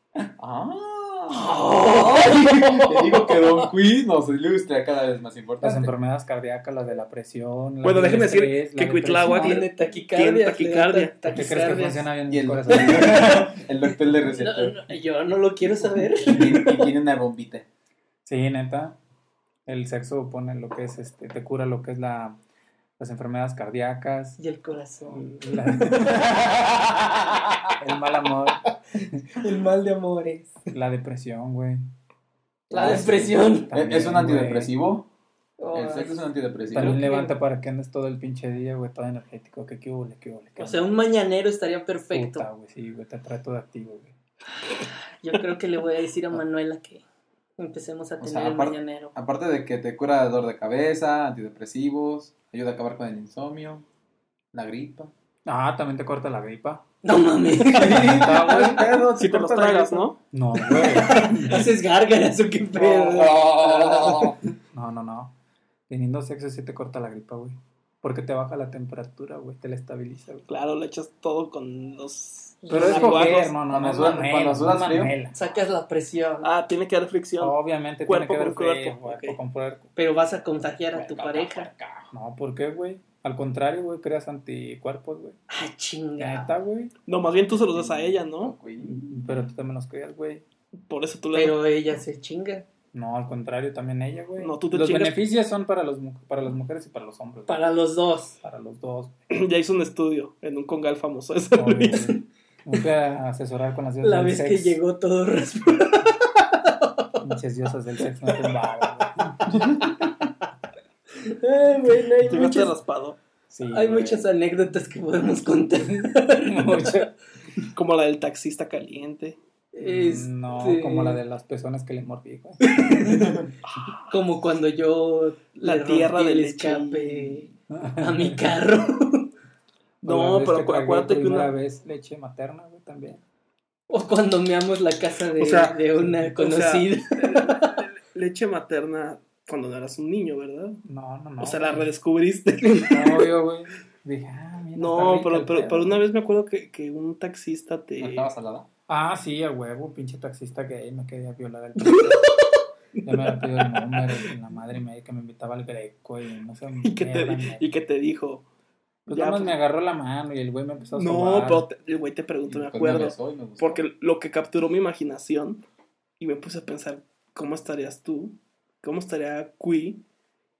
Ah. Te digo que Don Cuy nos ilustra cada vez más Las importante. enfermedades cardíacas, la de la presión. la Ah, Bueno, del déjeme decir estrés, la que depresión. Cuitláhuac ¿Qué Tiene taquicardia. Tiene taquicardia. ta- crees que taquicardias. funciona bien Y el el, corazón? el doctor le recetó. No, no, yo no lo quiero saber. Y tiene- y tiene una bombita. Sí, neta. El sexo pone lo que es, este, te cura lo que es la, las enfermedades cardíacas, Y el corazón. la- el mal amor, El mal de amores. la depresión, güey. La depresión. También, ¿Es un güey. antidepresivo? Oh, el sexo es un antidepresivo. También Creo que- levanta para que andes todo el pinche día, güey, todo energético. Que qué huele, qué huele. O sea, un mañanero estaría perfecto. güey, sí, güey, te trae todo activo, güey. Yo creo que le voy a decir a Manuela que empecemos a O sea, tener el aparte- mañanero. Aparte de que te cura dolor de cabeza, antidepresivos, ayuda a acabar con el insomnio, la gripa. Ah, también te corta la gripa. No mames. Ah, Si te los tragas, ¿no? No, güey. Haces gárgaras o qué pedo. Oh. No, no, no. Teniendo sexo sí te corta la gripa, güey. Porque te baja la temperatura, güey, te la estabiliza, güey. Claro, le echas todo con los. Pero es Cuando coger, sudas- no, no, cuando no, sudas- no, cuando no, sudas no, frío. manela. Sacas la presión. Ah, tiene que dar fricción. Obviamente Cuerpo tiene que ver con frío, cuerpo, cuerpo ok. con cuerpo. Pero vas a contagiar a tu pareja. No, ¿por qué, güey? Al contrario, güey, creas anticuerpos, güey. Ah, Ya chinga. está, güey. No, más bien tú se los das Pues a ella, ¿no? Pero tú también los creas, güey. Por eso tú le Pero ella se chinga. No, al contrario, también ella, güey. No, tú te los chingas. beneficios son para, los, mu- para las mujeres y para los hombres. güey. Para los dos. Para los dos. ya hizo un estudio en un congal famoso de San obvio, Luis. güey. Me fui a asesorar con las diosas La del vez sexo. que llegó todo respirado. Pinches diosas del sexo. No te embarazas, güey. Ay, bueno, hay Llegaste muchas, raspado. Sí, hay güey. muchas anécdotas que podemos contar. Muchas. Como la del taxista caliente. Mm, No, Este, como la de las personas que le mordí, güey. Como cuando yo La le tierra rompí del el escape a mi carro. No, La este vez pero que acu- tragué acuérdate que primera una. vez leche materna, güey, también. O cuando meamos la casa de, O sea, de una conocida. Leche materna cuando no eras un niño, ¿verdad? No, no, no. O sea, la güey. redescubriste. No, yo, güey. Dije, ah, mira. está No, rica pero, el pero, pedo. pero una vez me acuerdo que, que un taxista te. ¿No estaba salada? Ah, sí, a huevo, pinche taxista gay, me quería violar el Ya me había pedido el número, y la madre me dijo que me invitaba al greco y no sé. Y que, te, mierda, di- me- y que te dijo. Pues ya, nada más pues- me agarró la mano y el güey me empezó a No, sobar. pero te- el güey te preguntó, me Pues acuerdo. besó y me gustó. Porque lo que capturó mi imaginación y me puse a pensar, ¿cómo estarías tú? ¿Cómo estaría Cui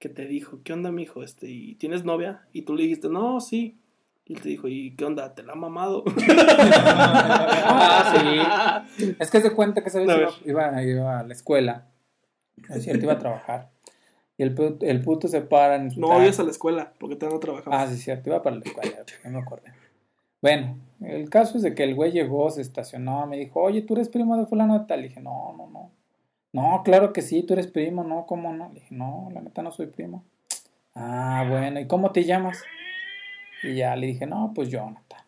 que te dijo, ¿qué onda, mijo? Este, ¿y tienes novia? Y tú le dijiste, no, sí. Y él te dijo, ¿y qué onda? ¿Te la ha mamado? ah, sí. Es que se cuenta que esa vez A ver. iba, iba, iba a la escuela. No es cierto, iba a trabajar. Y el, pu- el puto se para en su No taxi. vayas a la escuela porque te van a trabajar. Ah, sí, cierto, iba para la escuela, no me acordé. Bueno, el caso es de que el güey llegó, se estacionó, me dijo, oye, ¿tú eres primo de fulano de tal? Le dije, no, no, no. No, claro que sí, tú eres primo, no, ¿cómo no? Le dije, no, la neta no soy primo. Ah, bueno, ¿y cómo te llamas? Y ya le dije, no, pues Jonathan.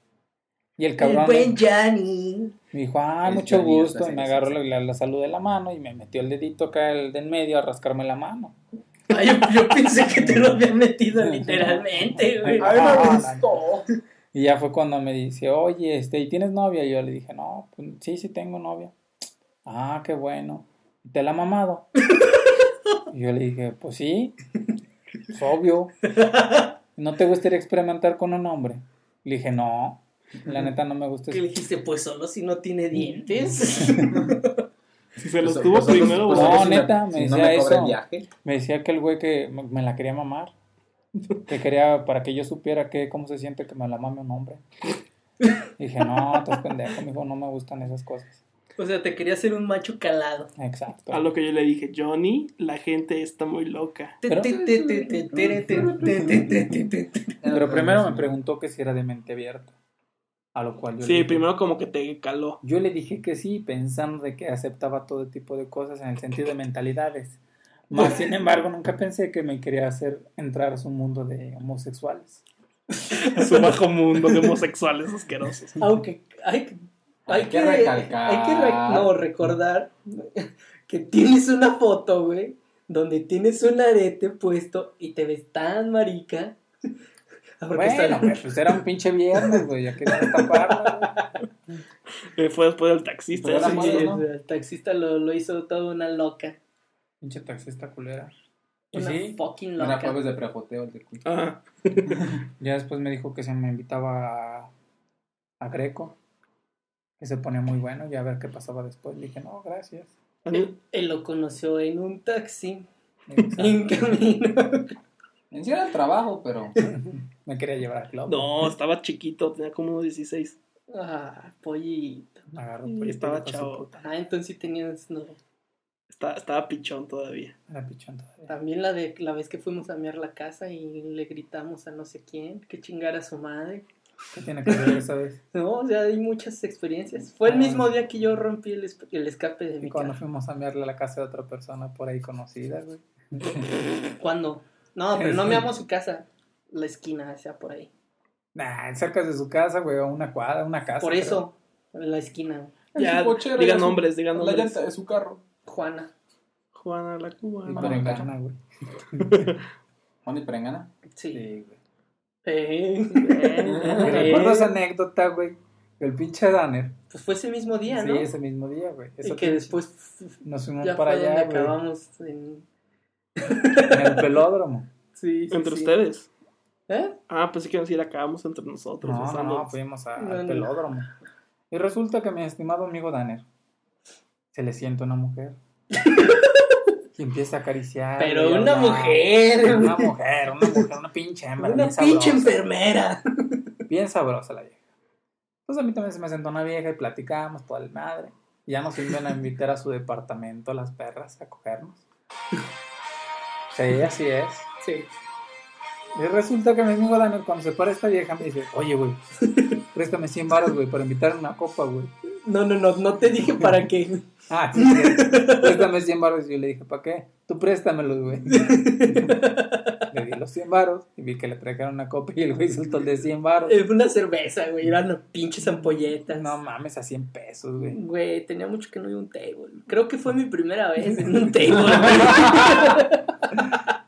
Y el cabrón buen Gianni. me dijo, ah, Es mucho Johnny, o sea, gusto. sí, Y me sí, agarró sí. la, la, la salud de la mano y me metió el dedito acá, el de en medio, a rascarme la mano. Ay, Ah, yo, yo pensé que te lo había metido literalmente, güey. Ay, me gustó. Y ya fue cuando me dice, oye, este, ¿y tienes novia? Y yo le dije, no, pues sí, sí tengo novia. Ah, qué bueno. ¿Te la ha mamado? Y yo le dije, pues sí, es obvio. ¿No te gustaría experimentar con un hombre? Le dije, no, la neta no me gusta. Que le eso". dijiste, pues solo si no tiene dientes. si se los Pues, tuvo pues, pues, primero, pues, no, pues, güey. si neta, me si no decía me cobra eso. el viaje. Me decía que el güey que me, me la quería mamar, que quería, para que yo supiera que, cómo se siente que me la mame un hombre. Dije, no, estás pendejo, mijo, no me gustan esas cosas. o sea, te quería hacer un macho calado. Exacto. A lo que yo le dije, Johnny, la gente está muy loca. Te- Pero- te- te- te- te- te- te- te- te- te- te- te- te. Pero primero me preguntó que si era de mente abierta. A lo cual yo le Sí, dije, primero como que te caló. yo le dije que sí, pensando de que aceptaba todo tipo de cosas en el sentido de mentalidades. Más sin embargo, nunca pensé que me quería hacer entrar a su mundo de homosexuales. A su bajo mundo de homosexuales asquerosos. Aunque hay, hay Hay que, que recalcar. Hay que re- no, recordar que tienes una foto, güey, donde tienes un arete puesto y te ves tan marica Porque bueno, está- güey, pues era un pinche viernes, güey, ya querían taparla. Eh, fue después del taxista. Fue así la que- moda, ¿no? El taxista lo, lo hizo todo una loca. Pinche taxista culera. Y Una sí, fucking Era loca. jueves de prejoteo el de Cuy. Ajá. ya después me dijo que se me invitaba a, a Greco. Que se ponía muy bueno, ya a ver qué pasaba después. Le dije, no, gracias. Ani- ¿Eh? Él lo conoció en un taxi en Exacto. camino. En sí era el trabajo, pero me quería llevar al club. No, estaba chiquito, tenía como unos 16. Ah, pollito. Agarró Sí, un pollito estaba y dijo, chavo. "Su puta". Ah, entonces sí tenías novia. Estaba, estaba pichón todavía. Era pichón todavía. También la de la vez que fuimos a mear la casa y le gritamos a no sé quién que chingara a su madre. ¿Qué tiene que ver esa vez? No, o sea, hay muchas experiencias. Fue el Ah. mismo día que yo rompí el, esp- el escape de Y mi cuando casa. fuimos a mearle a la casa de otra persona por ahí conocida, güey. ¿Cuándo? No, pero no meamos su casa. La esquina, o sea, por ahí. Nah, cerca de su casa, güey, a una cuadra, una casa. Por creo. eso, la esquina. En Ya, su cochera, digan ya su- nombres, digan la nombres. llanta de su carro. Juana. Juana la Y cubana. Pero en perengana, güey. Juan y Perengana. Sí. Sí, güey. Eh, Y Eh, recuerdo esa anécdota, güey. El pinche Danner. pues fue ese mismo día, sí, ¿no? ese mismo día, güey. y Esa que pinche- después f- f- Nos fuimos ya para fue allá, donde güey. acabamos en... En el pelódromo. Sí, sí, Entre sí. ustedes. ¿Eh? Ah, pues sí quiero decir, acabamos entre nosotros. No, no, pues besándonos. no, fuimos a- No, al no. pelódromo. Y resulta que mi estimado amigo Danner se le siente una mujer. Y empieza a acariciar. Pero y a una hablar. mujer. Una mujer, una mujer, una pinche hembra. Una bien pinche sabrosa. enfermera. Bien sabrosa la vieja. Entonces a mí también se me sentó una vieja y platicamos toda el madre. Y ya nos iban a invitar a su departamento las perras a cogernos. Sí, así es. Sí. Y resulta que mi amigo Daniel cuando se para esta vieja me dice, oye, güey, préstame 100 baros, güey, para invitar una copa, güey. No, no, no, no te dije para qué. Ah, sí, sí. préstame 100 baros. Y yo le dije, ¿para qué? Tú préstamelos, güey. le di los 100 baros y vi que le trajeron una copa y el güey soltó el de 100 baros. Eh, Fue una cerveza, güey. Eran las pinches ampolletas. No mames, a 100 pesos, güey. Güey, tenía mucho que no iba a un table. Creo que fue mi primera vez en un table. güey.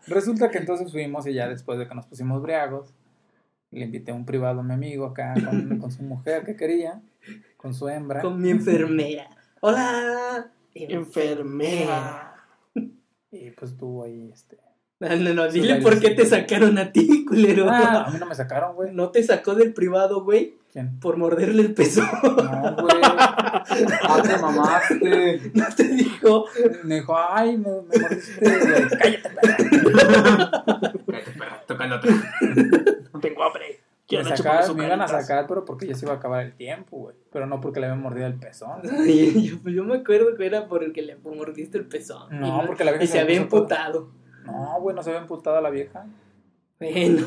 Resulta que entonces fuimos y ya después de que nos pusimos briagos, le invité a un privado a mi amigo acá con, con su mujer que quería, con su hembra. Con mi enfermera. Hola. Enfermera. Y pues estuvo ahí este. No, no, no, Su dile por qué te sacaron a ti, culero. Ah, a mí no me sacaron, güey. No te sacó del privado, güey, ¿Quién? por morderle el peso. No, güey. Ah, te mamaste. No te dijo, Me dijo, ay, me, me mordiste, güey. Cállate. Cállate, perra, Tocando atrás. Tengo hambre. Me, Quiero chupar sacaron, sus me iban a caritas. sacar, pero porque ya se iba a acabar el tiempo, güey. Pero no porque le habían mordido el pezón. Ay, yo, pues, yo me acuerdo que era por el que le mordiste el pezón. No, Y porque la vieja Y se se la había puso toda. emputado. No, güey, no se había emputado la vieja. Bueno,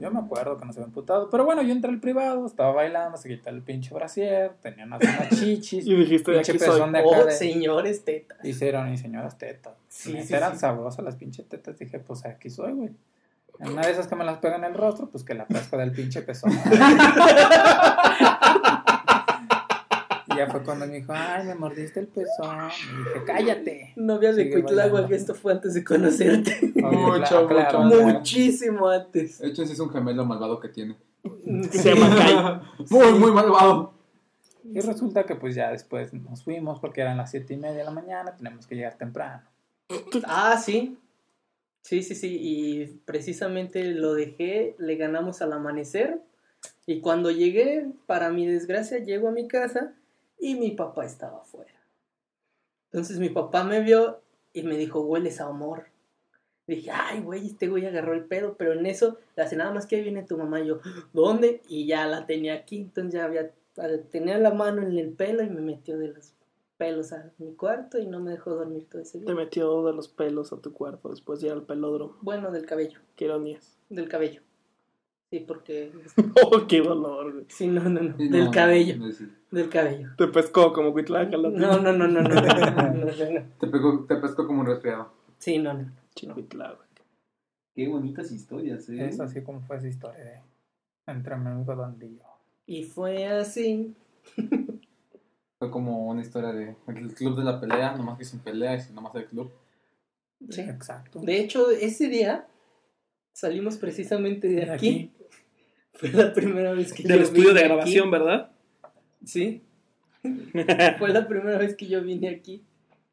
Yo me acuerdo que nos habían putado. Pero bueno, yo entré al privado, estaba bailando, se quitó el pinche brasier, tenía unas, unas chichis. Y dijiste, de pinche aquí soy. pezón de acá. oh, de- señores, teta. Y se eran y señoras tetas. Sí, Neta, sí, eran sí. sabrosas las pinches tetas. Dije, pues aquí soy, güey. En una de esas que me las pegan en el rostro, pues que la pesca del pinche pezón. y ya fue cuando me dijo, ay, me mordiste el pezón. Y dije, cállate. Novia eh, de Sigue Cuitlagua, bailando. que esto fue antes de conocerte. Mucho, Ah, claro, mucho, claro. Muchísimo antes. De hecho, ese es un gemelo malvado que tiene. Que se llama Kai. Muy, muy malvado. Y resulta que pues ya después nos fuimos porque eran las siete y media de la mañana, tenemos que llegar temprano. Ah, sí. Sí, sí, sí. Y precisamente lo dejé, le ganamos al amanecer. Y cuando llegué, para mi desgracia, llego a mi casa y mi papá estaba afuera. Entonces mi papá me vio y me dijo, hueles a amor. Dije, ay, güey, este güey agarró el pedo, pero en eso, le hace nada más que ahí viene tu mamá. Y yo, ¿dónde? Y ya la tenía aquí, entonces ya había, tenía la mano en el pelo y me metió de los pelos a mi cuarto y no me dejó dormir todo ese día. Te metió de los pelos a tu cuerpo después de ir al pelódromo. Bueno, del cabello, Qué ironías. del cabello. Sí, porque... Oh, qué dolor, güey. Sí, no, no, no, Y del no, cabello, no, sí. del cabello. Te pescó como Huitlaca la No, no, no, no, no, no, no, no, no. Te, pegó, te pescó como un resfriado. Sí, no, no. Chihuitlaca. Qué bonitas historias, ¿eh? Es así como fue esa historia de entre mi amigo Don Dillo. Y fue así. Fue como una historia de el club de la pelea, nomás que sin pelea y nomás el club. Sí. Exacto. De hecho, ese día salimos precisamente de De aquí, aquí. Fue la primera vez que Del yo estudio vine de aquí. grabación, ¿verdad? Sí. Fue la primera vez que yo vine aquí.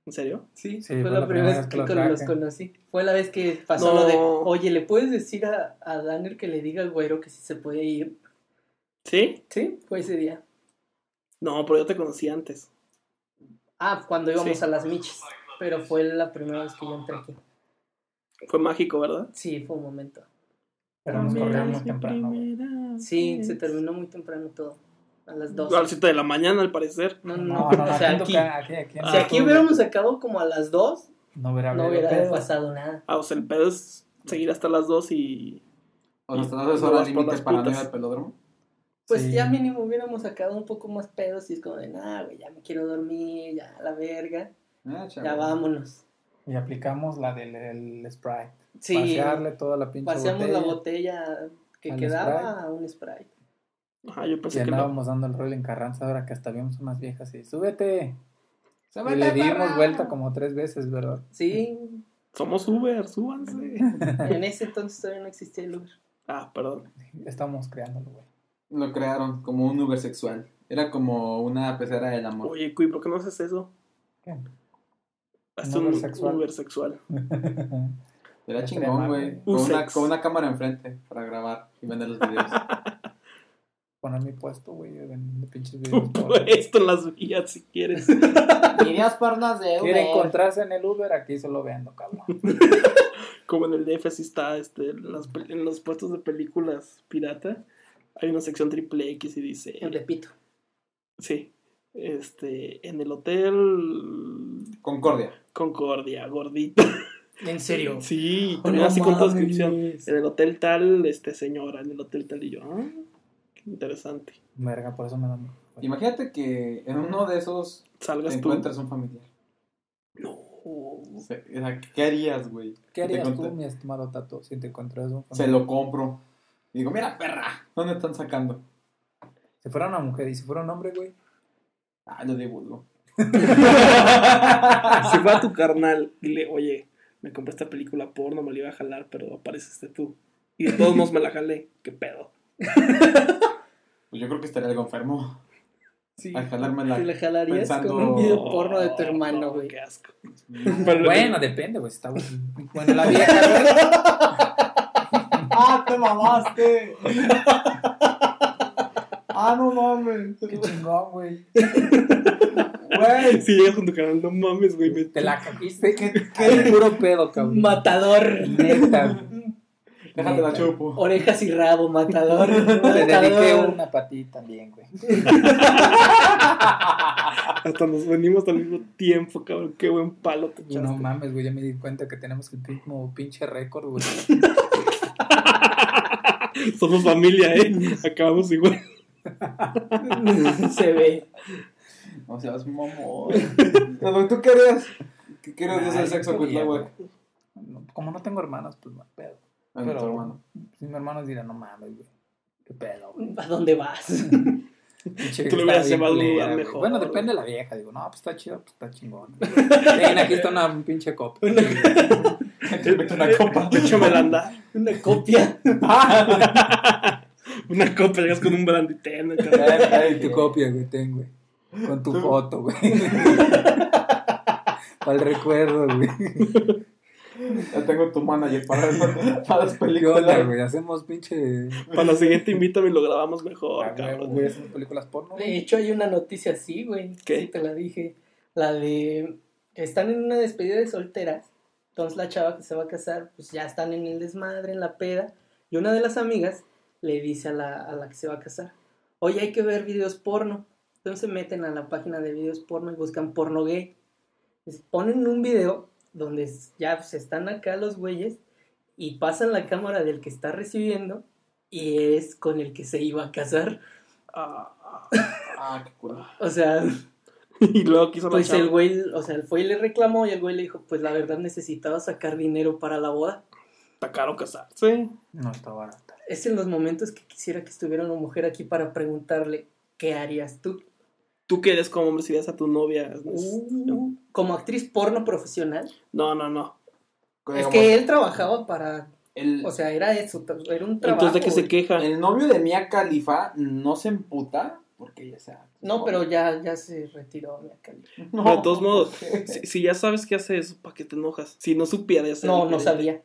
¿En serio? Sí, Sí, fue, la primera vez que los con- traje. los conocí. Fue la vez que pasó lo de, oye, ¿le puedes decir a, a Daniel que le diga al güero que si se puede ir? ¿Sí? Sí, fue ese día. No, pero yo te conocí antes. Ah, cuando íbamos Sí. a las miches. Pero fue la primera vez que yo entré aquí. Fue mágico, ¿verdad? Sí, fue un momento. Pero nos corremos temprano, güey. Sí, se terminó muy temprano todo. A las A 12. las 7 de la mañana, al parecer. No, no, No, no, no, O sea, aquí, aquí. aquí, aquí, Si aquí no, hubiéramos acabado como a las 2, No hubiera no habido hubiera pedo. pasado nada. Ah, o sea, el pedo es seguir hasta las 2 y. O hasta Y las dos no horas vas por límite las para no ir putas. al pelódromo. Pues Sí. ya mínimo hubiéramos sacado un poco más pedos y es como de, nada, güey, ya me quiero dormir, ya la verga, Ah, chavo. ya vámonos. Y aplicamos la del el Sprite. Sí, Pasearle toda la pinche paseamos botella. la botella que Al quedaba Sprite. a un Sprite. Ajá, yo Y pensé que no. andábamos dando el rol en Carranza ahora que hasta vimos unas viejas y súbete. Se Y mete le para- dimos vuelta como tres veces, ¿verdad? Sí, Somos Uber, súbanse. en ese entonces todavía no existía el Uber. ah, perdón. Estamos creándolo, güey. Lo crearon como un Uber sexual. Era como una pecera del amor. Oye, Cuy, ¿por qué no haces eso? ¿Qué? Haz un Un Uber sexual. Uber sexual. Era Estaría chingón, mal, güey. güey. Con una, Usex. con una cámara enfrente para grabar y vender los videos. Poner mi puesto, güey, de, de pinches videos. Un Pues, puesto en las vías si quieres. Videos pornos de Quiere encontrarse en el Uber, aquí se lo vendo, cabrón. Como en el DF sí está este, en, las pel- en los puestos de películas pirata. Hay una sección triple X y dice. En Repito. Sí. Este, en el hotel Concordia. Concordia, gordita. ¿En serio? Sí, y Oh, tenía no así con mames. transcripción. En el hotel tal, este señora, en el hotel tal y yo. Ah, qué interesante. Verga, por eso me dan. Imagínate que en uno de esos te Salgas tú. encuentras un familiar. No. O sea, ¿Qué harías, güey? ¿Qué harías Te tú, conté. mi estimado Tato, si te encontraras un Se lo compro. Y digo, mira, perra, ¿dónde están sacando? Si fuera una mujer y si fuera un hombre, güey. Ah, lo divulgo. Si va a tu carnal, dile, oye, me compré esta película porno, me la iba a jalar, pero apareciste tú. Y de todos modos me la jalé. ¿Qué pedo? Pues yo creo que estaría algo enfermo. Sí. Al jalarme la. ¿Tú le jalarías pensando- con un video porno de tu hermano, No, güey? Qué asco. Mm. Pero- Bueno, depende, güey. Está bueno. Bueno, la vieja, güey. ¡Ah, te mamaste! ¡Ah, no mames! Qué chingón, güey. Güey, Si llegas con tu carnal, no mames, güey. me- Te la cogiste. Qué, qué puro pedo, cabrón. Matador. Neta. güey. déjate la Neta. chupo. Orejas y rabo, matador. Te dediqué matador. una para ti también, güey. Hasta nos venimos al mismo tiempo, cabrón. Qué buen palo te Y echaste. no mames, güey. Ya me di cuenta que tenemos el mismo pinche récord, güey. Somos familia, ¿eh? Acabamos igual. Se ve. O sea, es mamón. Pero ¿Tú qué harías? ¿Qué quieres de Nah, ese yo sexo con tu podría, güey? güey. No, Como no tengo hermanos, pues no pedo. Ah, no, Pero- tu hermano. Si mi hermano dirá, no mames, güey. Qué pedo, güey. ¿A dónde vas? Pinche Tú le está hubieras bien llevado un culera, lugar güey. mejor, Bueno, güey. depende de la vieja. Digo, no, pues está chido, pues está chingón. Ven, aquí está una pinche copa. Te meto una copa. Échame la andar. Una copia. Una copa, llegas con un branditén. acá. Ay, tu copia, güey, ten, güey. Con tu foto, güey. Para el recuerdo, güey. Ya tengo tu manager para, para las ¿Qué onda, películas. güey? Hacemos pinche. Para la siguiente invítame y lo grabamos mejor, Ah, cabrón. güey, Hacemos películas porno, De güey. hecho, hay una noticia así, güey. ¿Qué? Sí, te la dije. La de. Están en una despedida de solteras. Entonces, la chava que se va a casar, pues ya están en el desmadre, en la peda. Y una de las amigas le dice a la, a la que se va a casar: Oye, hay que ver videos porno. Entonces, meten a la página de videos porno y buscan porno gay. Les ponen un video donde s- ya pues, están acá los güeyes y pasan la cámara del que está recibiendo y es con el que se iba a casar. Ah, Ah, qué culo. O sea. y luego quiso la Pues chava. el güey, o sea, fue y le reclamó y el güey le dijo, pues la verdad necesitaba sacar dinero para la boda. Está caro casarse. No está barata. Es en los momentos que quisiera que estuviera una mujer aquí para preguntarle, ¿qué harías tú? Tú que eres como hombre, si ves a tu novia. es- Uh, como actriz porno profesional. No, no, no. Es que él trabajaba para El, O sea, era eso, tra- era un trabajo. Entonces, ¿de qué se güey. Eh. queja? el novio de Mia Khalifa no se emputa porque ella sea. No, pero ya, ya se retiró Mia Khalifa. No. Pero de todos modos, si, si ya sabes qué hace eso, ¿para qué te enojas? Si no supieras. No, no sabía.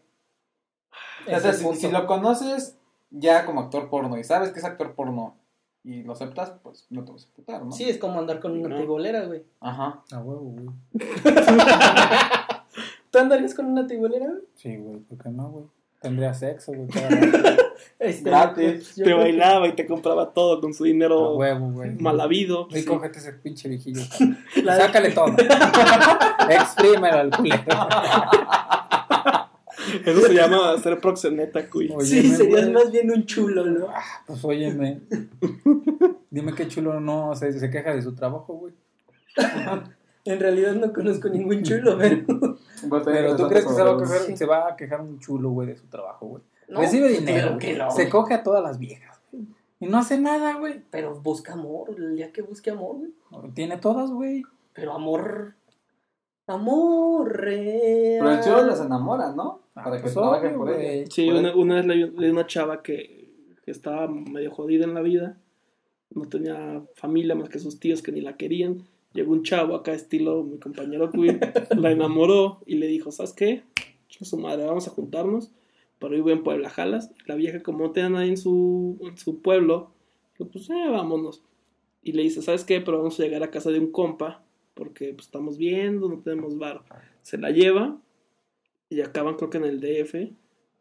O Ese sea, es el si, si punto. lo conoces ya como actor porno y sabes que es actor porno y lo aceptas, pues no te vas a emputar, ¿no? Sí, es como andar con una No. tibolera, güey. Ajá. A huevo, güey. ¿Tú andarías con una tibolera, güey? Sí, güey, ¿por qué no, güey? Tendría sexo, güey. cada rato. Este, Gratis. yo Te creo que- Ah, bailaba y te compraba todo con su A dinero huevo, güey. mal habido. Sí, cógete ese pinche viejillo. La- Sácale todo. Exprímelo al culero. Eso se llama ser proxeneta, cuy. Sí, Óyeme, serías güey. más bien un chulo, ¿no? Pues óyeme. Dime qué chulo no se, se queja de su trabajo, güey. En realidad no conozco ningún chulo, pero. Pero tú crees que se va a coger quejar, se va a quejar un chulo, güey, de su trabajo, güey. No, Recibe pues, dinero. claro que no, se güey. coge a todas las viejas. güey. Y no hace nada, güey. Pero busca amor, el día que busque amor, güey. Tiene todas, güey. Pero amor. Amor real. Pero el chulo las enamora, ¿no? Para que pues, trabajen obvio, por güey. ella. Sí, Por una, eso. una vez leí leí una chava que, que estaba medio jodida en la vida, no tenía familia más que sus tíos que ni la querían. Llegó un chavo acá, estilo mi compañero queer, la enamoró y le dijo: ¿Sabes qué? Chinga su madre, vamos a juntarnos. Pero vivo en Puebla, jalas. La vieja, como no tenía nadie en su, en su pueblo, dijo: Pues eh, vámonos. Y le dice: ¿Sabes qué? Pero vamos a llegar a casa de un compa porque pues, estamos viendo, no tenemos bar. Se la lleva y acaban, creo que en el DF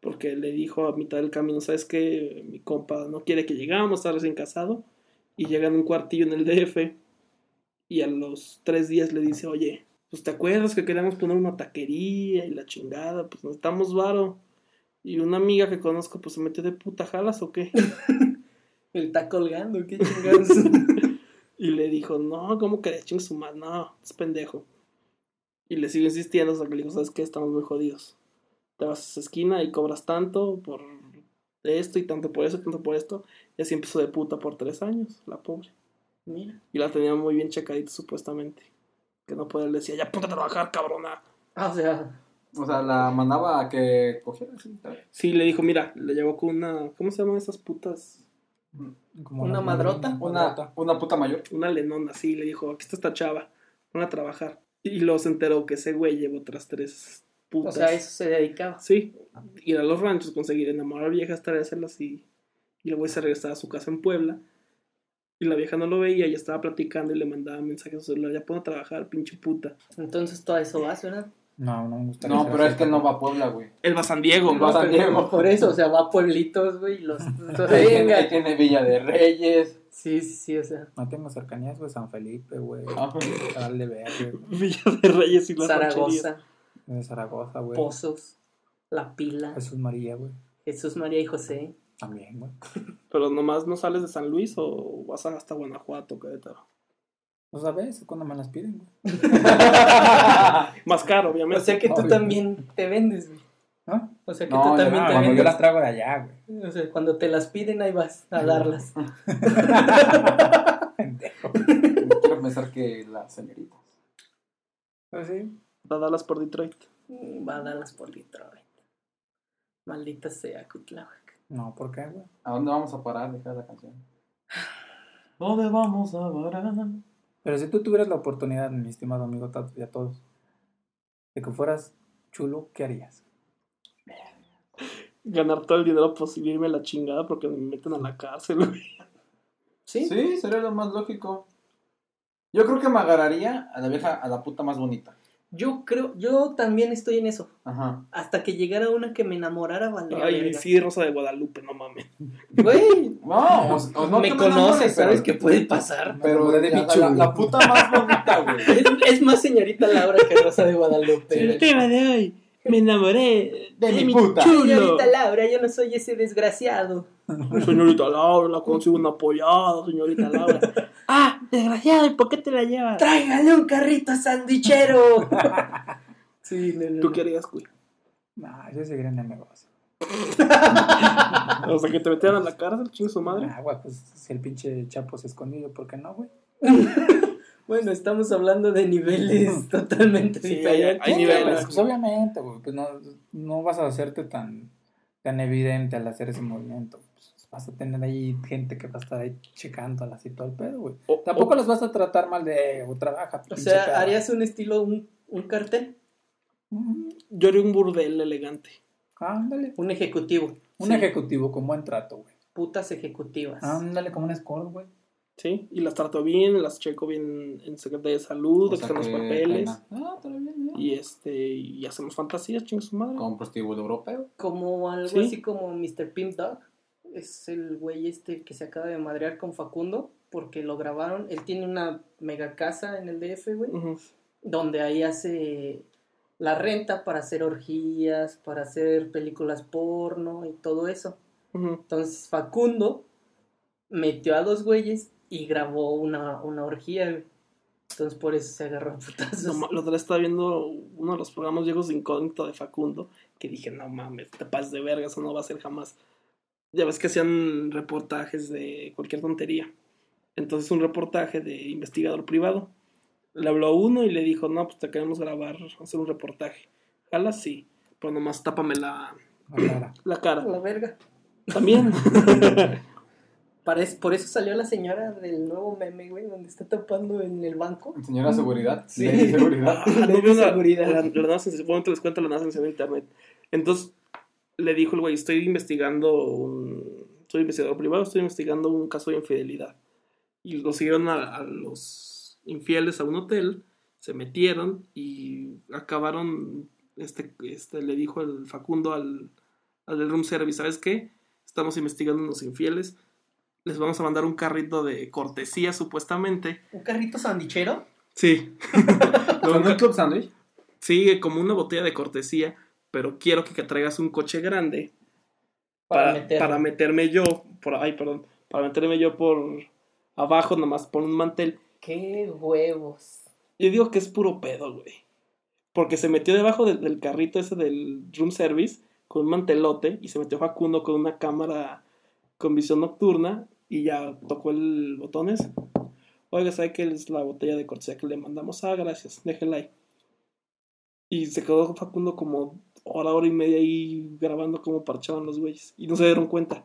porque le dijo a mitad del camino, ¿sabes qué? Mi compa no quiere que llegamos, está recién casado, y llegan a un cuartillo en el DF, y a los tres días le dice, oye, pues te acuerdas que queríamos poner una taquería y la chingada, pues necesitamos varo. Y una amiga que conozco, pues se metió de puta jalas o qué. Está colgando, qué chingados. Y le dijo, no, ¿cómo que ching su madre? No, es pendejo. Y le siguió insistiendo hasta que le dijo, ¿sabes qué? Estamos muy jodidos. Te vas a esa esquina y cobras tanto por esto y tanto por eso, tanto por esto. Y así empezó de puta por tres años, la pobre. Mira. Y la tenía muy bien checadita, supuestamente. Que no podía, le decía, ya ponte a trabajar, cabrona. Ah, o sea, O sea, la mandaba a que cogiera, sí, tal vez. Sí, le dijo, mira, le llevó con una, ¿cómo se llaman esas putas? Como Una las- Ah, madrota. Una, una puta mayor. una lenona así, le dijo, aquí está esta chava, van a trabajar. Y luego se enteró que ese güey llevó otras tres o putas. sea, a eso se dedicaba. Sí, ir a los ranchos, conseguir enamorar viejas, traérselas y, y el güey se regresaba a su casa en Puebla. Y la vieja no lo veía y estaba platicando y le mandaba mensajes a su celular, ya puedo trabajar, pinche puta. Entonces todo eso va, ¿verdad? No, no me gusta. No, pero es que él no va a Puebla, güey. Él va a San Diego, Él va a San Diego. Por eso, o sea, va a pueblitos, güey, y los... entonces, Ahí tiene, ahí venga. tiene Villa de Reyes. Sí, sí, sí, o sea, No tengo cercanías, güey. San Felipe, güey. Ah, Tal de Verde, güey. Villa de Reyes y las rancherías. Zaragoza, de Zaragoza, güey. Pues. Pozos, La Pila, Jesús María, güey. Jesús María y José. También, güey. Pero nomás no sales de San Luis o vas hasta Guanajuato, Querétaro. Pues a veces, cuando me las piden, güey. Más caro, obviamente. O sea que tú Obvio. también te vendes, güey. ¿No? O sea que No, tú ya también Ah, no, te cuando yo vendes. las traigo de allá, güey. O sea, cuando te las piden, ahí vas a darlas. Pendejo. Quiero pensar que las señoritas. Pues sí. A Dallas por Detroit. Mm, Va a darlas por litro, güey. Maldita sea, Cuitláhuac. No, ¿por qué, güey? ¿A dónde vamos a parar? Dejar la canción. ¿Dónde vamos a parar? Pero si tú tuvieras la oportunidad, mi estimado amigo Tato y a todos, de que fueras chulo, ¿qué harías? Ganar todo el dinero posible, irme a la chingada porque me meten a la cárcel, güey. ¿Sí? Sí, sería lo más lógico. Yo creo que me agarraría a la vieja, a la puta más bonita. Yo creo, yo también estoy en eso. Ajá. Hasta que llegara una que me enamorara, valdría Ay, verga. sí, Rosa de Guadalupe, no mames. Güey, No, o, o no me que conoces, enamores, ¿sabes qué pero- puede pasar? Pero Me enamoré de mi la, la- chulo. la puta más bonita, güey. Es, es más señorita Laura que Rosa de Guadalupe. tema de hoy, me enamoré de mi puta. Señorita Laura, yo no soy ese desgraciado. Señorita Laura, la consigo una apoyada, señorita Laura. ah, desgraciada, ¿y por qué te la llevas? ¡Tráigale un carrito sandichero! sí, no, no, ¿Tú no. qué harías, güey? No, yo seguiría en el negocio. O sea, que te metieran a la cárcel, chingo su madre. Ah, güey, pues si el pinche Chapo se escondido, ¿por qué no, güey? Bueno, estamos hablando de niveles totalmente Sí, diferentes. hay- hay Sí, niveles, pues, güey, Pues obviamente, güey, pues no, no vas a hacerte tan tan evidente al hacer ese movimiento. Pues, vas a tener ahí gente que va a estar ahí checándolas y todo el pedo, güey. O- Tampoco las vas a tratar mal de, "Eh, o trabaja, O pinche sea, perra". harías un estilo, un, un cartel, Mm, Yo haría un burdel elegante. Ándale. un ejecutivo. Un Sí, ejecutivo con buen trato, güey. Putas ejecutivas. Ah. Ándale, como un escort, güey. Sí, y las trato bien, las checo bien en Secretaría de Salud, O que sea están los que papeles. pena. Ah, todo bien, ¿no? Y este, y hacemos fantasías, chingue su madre. Con un prostíbulo europeo. Como algo Sí. así como Mr. Pimp Dog. Es el güey este que se acaba de madrear con Facundo porque lo grabaron. Él tiene una mega casa en el DF, güey. Ujú. Donde ahí hace la renta para hacer orgías, para hacer películas porno y todo eso. Ujú. Entonces Facundo metió a dos güeyes y grabó una, una orgía. güey. Entonces por eso se agarró a No putazos. ma- la otra vez estaba viendo uno de los programas Viejos de Incógnito de Facundo, que dije, no mames, te pases de verga, eso no va a ser jamás. Ya ves que hacían reportajes de cualquier tontería. Entonces un reportaje de investigador privado. Le habló a uno y le dijo, no, pues te queremos grabar, hacer un reportaje. Jala, sí, pero nomás tápame la, La cara. la A cara. la verga. También. Para es- por eso salió la señora del nuevo meme, güey, donde está tapando en el banco. Señora seguridad. Sí. Lady seguridad. Ah, Ley no veo de la, seguridad. la- la nueva sensación, bueno, te les cuento la nueva sensación de internet. Entonces, le dijo el güey, estoy investigando un... Soy investigador privado, estoy investigando un caso de infidelidad. Y lo siguieron a, a los infieles a un hotel, se metieron y acabaron... Este, este le dijo el Facundo al, al del room service, ¿sabes qué? Estamos investigando a los infieles, les vamos a mandar un carrito de cortesía supuestamente. ¿Un carrito sandichero? Sí. ¿Con un club sandwich? Sí, como una botella de cortesía, pero quiero que, que traigas un coche grande Para, para, meter. para meterme yo por ay, perdón, para meterme yo por abajo nomás por un mantel. ¡Qué huevos! Yo digo que es puro pedo, güey. Porque se metió debajo del- del carrito ese del room service con un mantelote y se metió Facundo con una cámara con visión nocturna y ya tocó el botones. Oiga, ¿sabe qué es la botella de cortesía que le mandamos? Ah, gracias, déjela ahí. Y se quedó Facundo como hora, hora y media ahí grabando como parchaban los güeyes. Y no se dieron cuenta.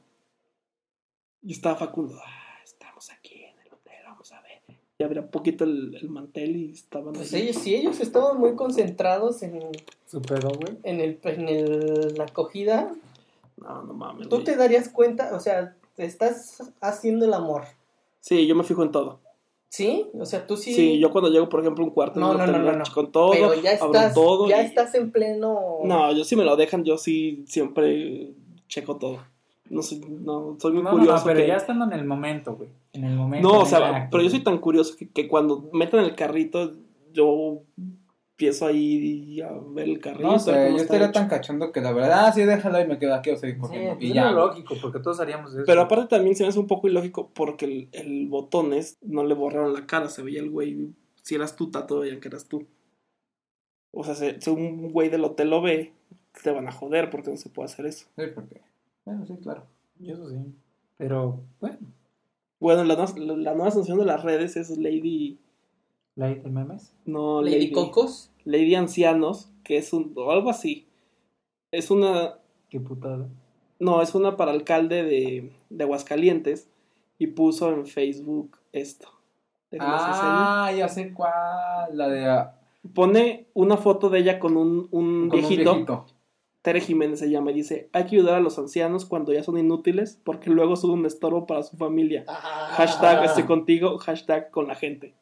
Y estaba Facundo, ah, estamos aquí en el hotel, vamos a ver. Y abría un poquito el, el mantel y estaban Pues ahí. ellos, sí, ellos estaban muy concentrados en, Su pedo, güey. en, el, en el- la acogida. No, no mames. Tú güey. te darías cuenta, o sea, te estás haciendo el amor, Sí, yo me fijo en todo. ¿sí? O sea, tú sí... Sí, yo cuando llego, por ejemplo, a un cuarto, No, no, no, no, no, no. con todo, Pero ya abro estás, todo. ya y- estás en pleno... No, yo si me lo dejan, yo sí siempre checo todo. No sé, no, soy muy No, no, curioso. no, pero que- ya estando en el momento, güey. En el momento. No, o en el sea, acto, pero yo soy güey. tan curioso que, que cuando metan el carrito, yo empiezo ahí a ver el carrito. No a ver sé, cómo yo está estaría hecho. tan cachondo que la verdad, ah, sí, déjala y me quedo aquí o seguir Sí, pues cogiendo. y es ya. lo lógico, porque todos haríamos eso. Pero aparte también se me hace un poco ilógico porque el, el botones no le borraron la cara, se veía el güey, si eras tú, tato, veían que eras tú. O sea, se- si un güey del hotel lo ve, te van a joder porque no se puede hacer eso. Sí, porque. Bueno, sí, claro. Y Eso sí. Pero, bueno, Bueno, la, nueva- la- la nueva sanción de las redes es Lady... la idea de memes. No, Lady, Cocos. Lady Ancianos, que es un... o algo así. Es una... Qué putada. No, es una para alcalde de, de Aguascalientes y puso en Facebook esto. Déjame hacer- Ah, ya sé cuál. La de. ah, pone una foto de ella con un, un con un viejito, Tere Jiménez se llama, y dice, hay que ayudar a los ancianos cuando ya son inútiles, porque luego son un estorbo para su familia. Hashtag estoy contigo, hashtag con la gente.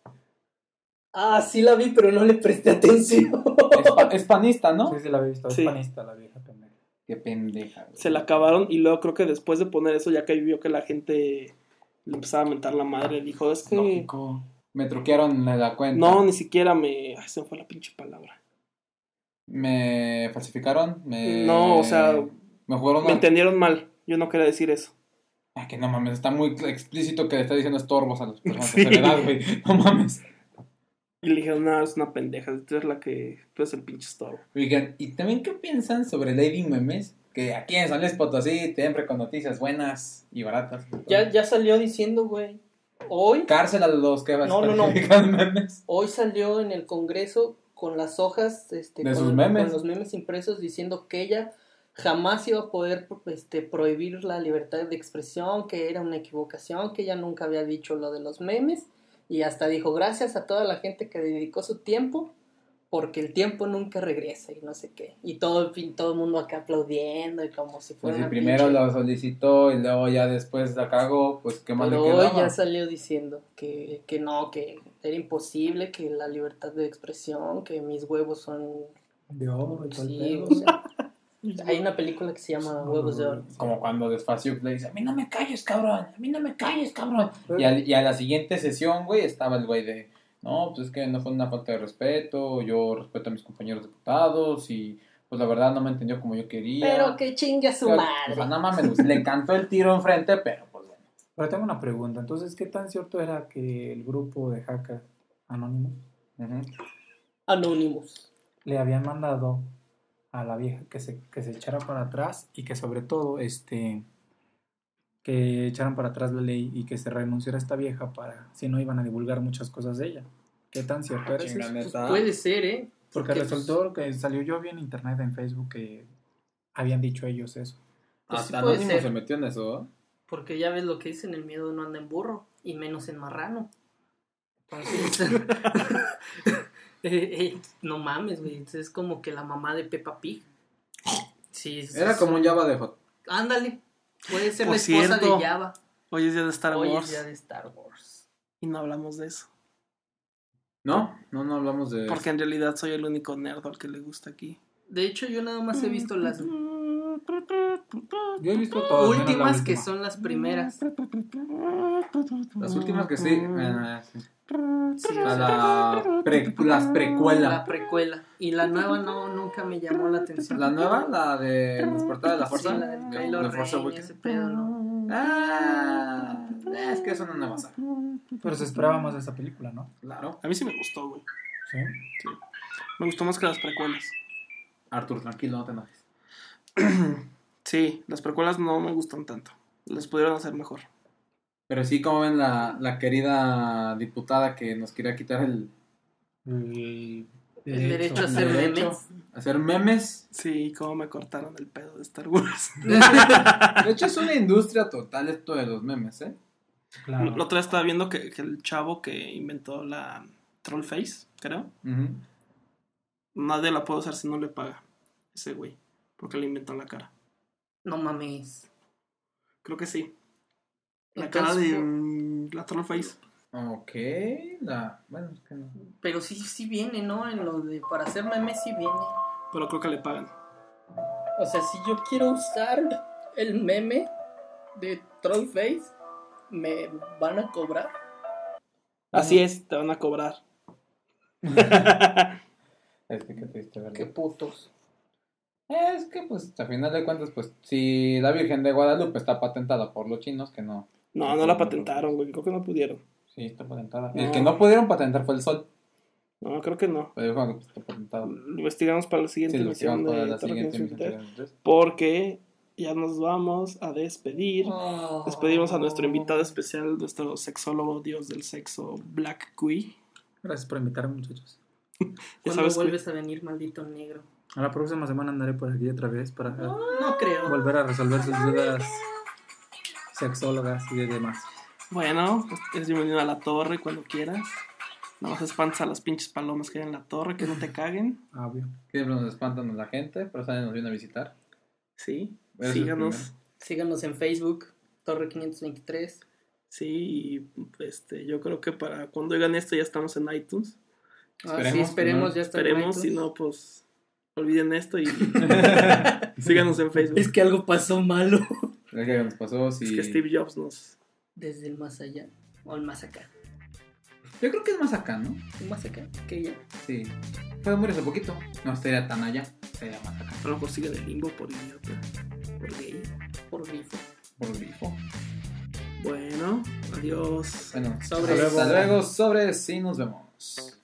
Ah, sí la vi, pero no le presté atención. Es, pa- es panista, ¿no? Sí, sí, la había visto. Sí. Es panista, la vieja pendeja. Qué pendeja. güey. Se la acabaron y luego creo que después de poner eso, ya que vio que la gente le empezaba a mentar la madre, dijo, es que... Lógico. Me truquearon la, la cuenta. No, ni siquiera me... Ay, se me fue la pinche palabra. Me falsificaron. Me... No, o sea, Me jugaron me una- entendieron mal. Yo no quería decir eso. Ah, que no mames, está muy explícito que le está diciendo estorbos a las personas Sí. de tercera edad, güey. No mames. Y le dijeron, no, es una pendeja, tú eres la que... Tú eres el pinche estorbo. Oigan, ¿y también qué piensan sobre Lady Memes? Que aquí en San Luis Potosí siempre con noticias buenas y baratas. ya, ya salió diciendo, güey. Hoy, Cárcel a los que No, no, no. falsifican memes. hoy salió en el Congreso con las hojas, este, De con, sus memes. con los memes impresos diciendo que ella jamás iba a poder este, prohibir la libertad de expresión, que era una equivocación, que ella nunca había dicho lo de los memes, y hasta dijo gracias a toda la gente que dedicó su tiempo, porque el tiempo nunca regresa y no sé qué. Y todo el fin, todo el mundo acá aplaudiendo y como si fuera... Pues si una primero pinche- lo solicitó y luego ya después la cagó, pues qué más le Pero hoy quedaba. ya salió diciendo que, que no, que era imposible, que la libertad de expresión, que mis huevos son... De oro y todo el Sí, Pues pedo. o sea, hay una película que se llama No, Huevos de no, Oro. Como cuando Desfaciuk le dice, a mí no me calles, cabrón, a mí no me calles, cabrón. Pues Y, al- y a la siguiente sesión, güey, estaba el güey de, no, pues es que no fue una falta de respeto, yo respeto a mis compañeros diputados y pues la verdad no me entendió como yo quería. Pero que chingue a su O sea, madre. o sea, no mames, pues, le cantó el tiro enfrente, pero pues bueno. Pero tengo una pregunta, entonces, ¿qué tan cierto era que el grupo de hackers anónimos Ujú. Anonymous. le habían mandado a la vieja que se, que se echara para atrás y que sobre todo, este, que echaran para atrás la ley y que se renunciara a esta vieja para, si no, iban a divulgar muchas cosas de ella. ¿Qué tan cierto era eso? Ah, Chinga, neta. Pues Puede ser, ¿eh? Porque pues, resultó que salió yo vi en internet, en Facebook, que habían dicho ellos eso. pues sí Hasta puede Anónimo ser. se metió en eso, ¿eh? Porque ya ves lo que dicen, el miedo no anda en burro, y menos en marrano. Entonces, eh, eh, no mames, güey. Es como que la mamá de Peppa Pig. Sí, es- Era como un Java de foto. Ándale. Puede ser Por la esposa cierto, de Java. Hoy es día de Star Hoy Wars es día de Star Wars. y no hablamos de eso. No, no, no hablamos de... Porque en realidad soy el único nerd al que le gusta aquí. De hecho, yo nada más Mm. he visto las Yo he visto todo. menos la últimas, que última. son las primeras. Las últimas que sí, eh, sí. Sí, A o sea, la pre- las la precuelas. precuela. Y la nueva no, nunca me llamó la atención. La nueva, la de los portadas de la fuerza. Sí, la del Kylo de Force Ren, Awakens. ese pedo, ¿no? Ah, es que eso no es una basura. Pero se esperaba más de esa película, ¿no? Claro. A mí sí me gustó, güey. Sí. Me gustó más que las precuelas. Arthur, tranquilo, no te enojes. Sí, las precuelas no me gustan tanto. Las pudieron hacer mejor. Pero sí, como ven la, la querida diputada que nos quería quitar el, El, El derecho a el hacer derecho memes. a hacer memes. Sí, cómo me cortaron el pedo de Star Wars. De hecho, es una industria total esto de los memes, ¿eh? pues, Claro. La otra vez estaba viendo que, que el chavo que inventó la Trollface, creo. Ujú. Nadie la puede usar si no le paga ese güey. Porque le inventó la cara. No mames. Creo que sí. La Entonces, cara de fue- mm, la Trollface. Ok, la. Bueno, es que no. Pero sí, sí viene, ¿no? En lo de para hacer memes sí viene. Pero creo que le pagan. O sea, si yo quiero usar el meme de Trollface, ¿me van a cobrar? Así es, te van a cobrar. Es que qué triste, ¿verdad? Qué putos. Es que, pues, a final de cuentas, pues, si la Virgen de Guadalupe está patentada por los chinos, que no. No, no la patentaron, güey. Creo que no pudieron. Sí, está patentada. No. El que no pudieron patentar fue el sol. No, creo que no. Pero dijo que está patentado. Lo investigamos para la siguiente Sí, lo que emisión vamos para de la Torre siguiente Canción emisión. Vital, Entonces, Porque ya nos vamos a despedir. Oh. Despedimos a nuestro invitado especial, nuestro sexólogo, dios del sexo, Black Kui. Gracias por invitarme, muchachos. Ya Cuando sabes, que- vuelves a venir, maldito negro. A la próxima semana andaré por aquí otra vez para No creo. volver a resolver sus dudas sexólogas y de demás. bueno, es bienvenido a la torre cuando quieras. Nada más espantas a las pinches palomas que hay en la torre, que no te caguen. Ah, Obvio. Siempre nos espantan a la gente, pero saben, nos viene a visitar. Sí, Eres el síganos. primero. Síganos en Facebook, Torre 523. Sí, y, este, yo creo que para cuando oigan esto ya estamos en iTunes. Ah, Esperemos, sí, esperemos, ¿no? ya está en Esperemos, si iTunes. no, pues olviden esto y síganos en Facebook. Es que algo pasó malo. Es que nos pasó, si... Es que Steve Jobs nos. Desde el más allá, o el más acá. Yo creo que es más acá, ¿no? ¿El más acá? Que ella. Sí. Puede morir hace poquito. No estaría tan allá, estaría más acá. A lo mejor sigue en el limbo por idiota, por gay. Por rifo. Por grifo. Bueno, adiós. Bueno, Sobre. hasta luego, sobre, sí, nos vemos.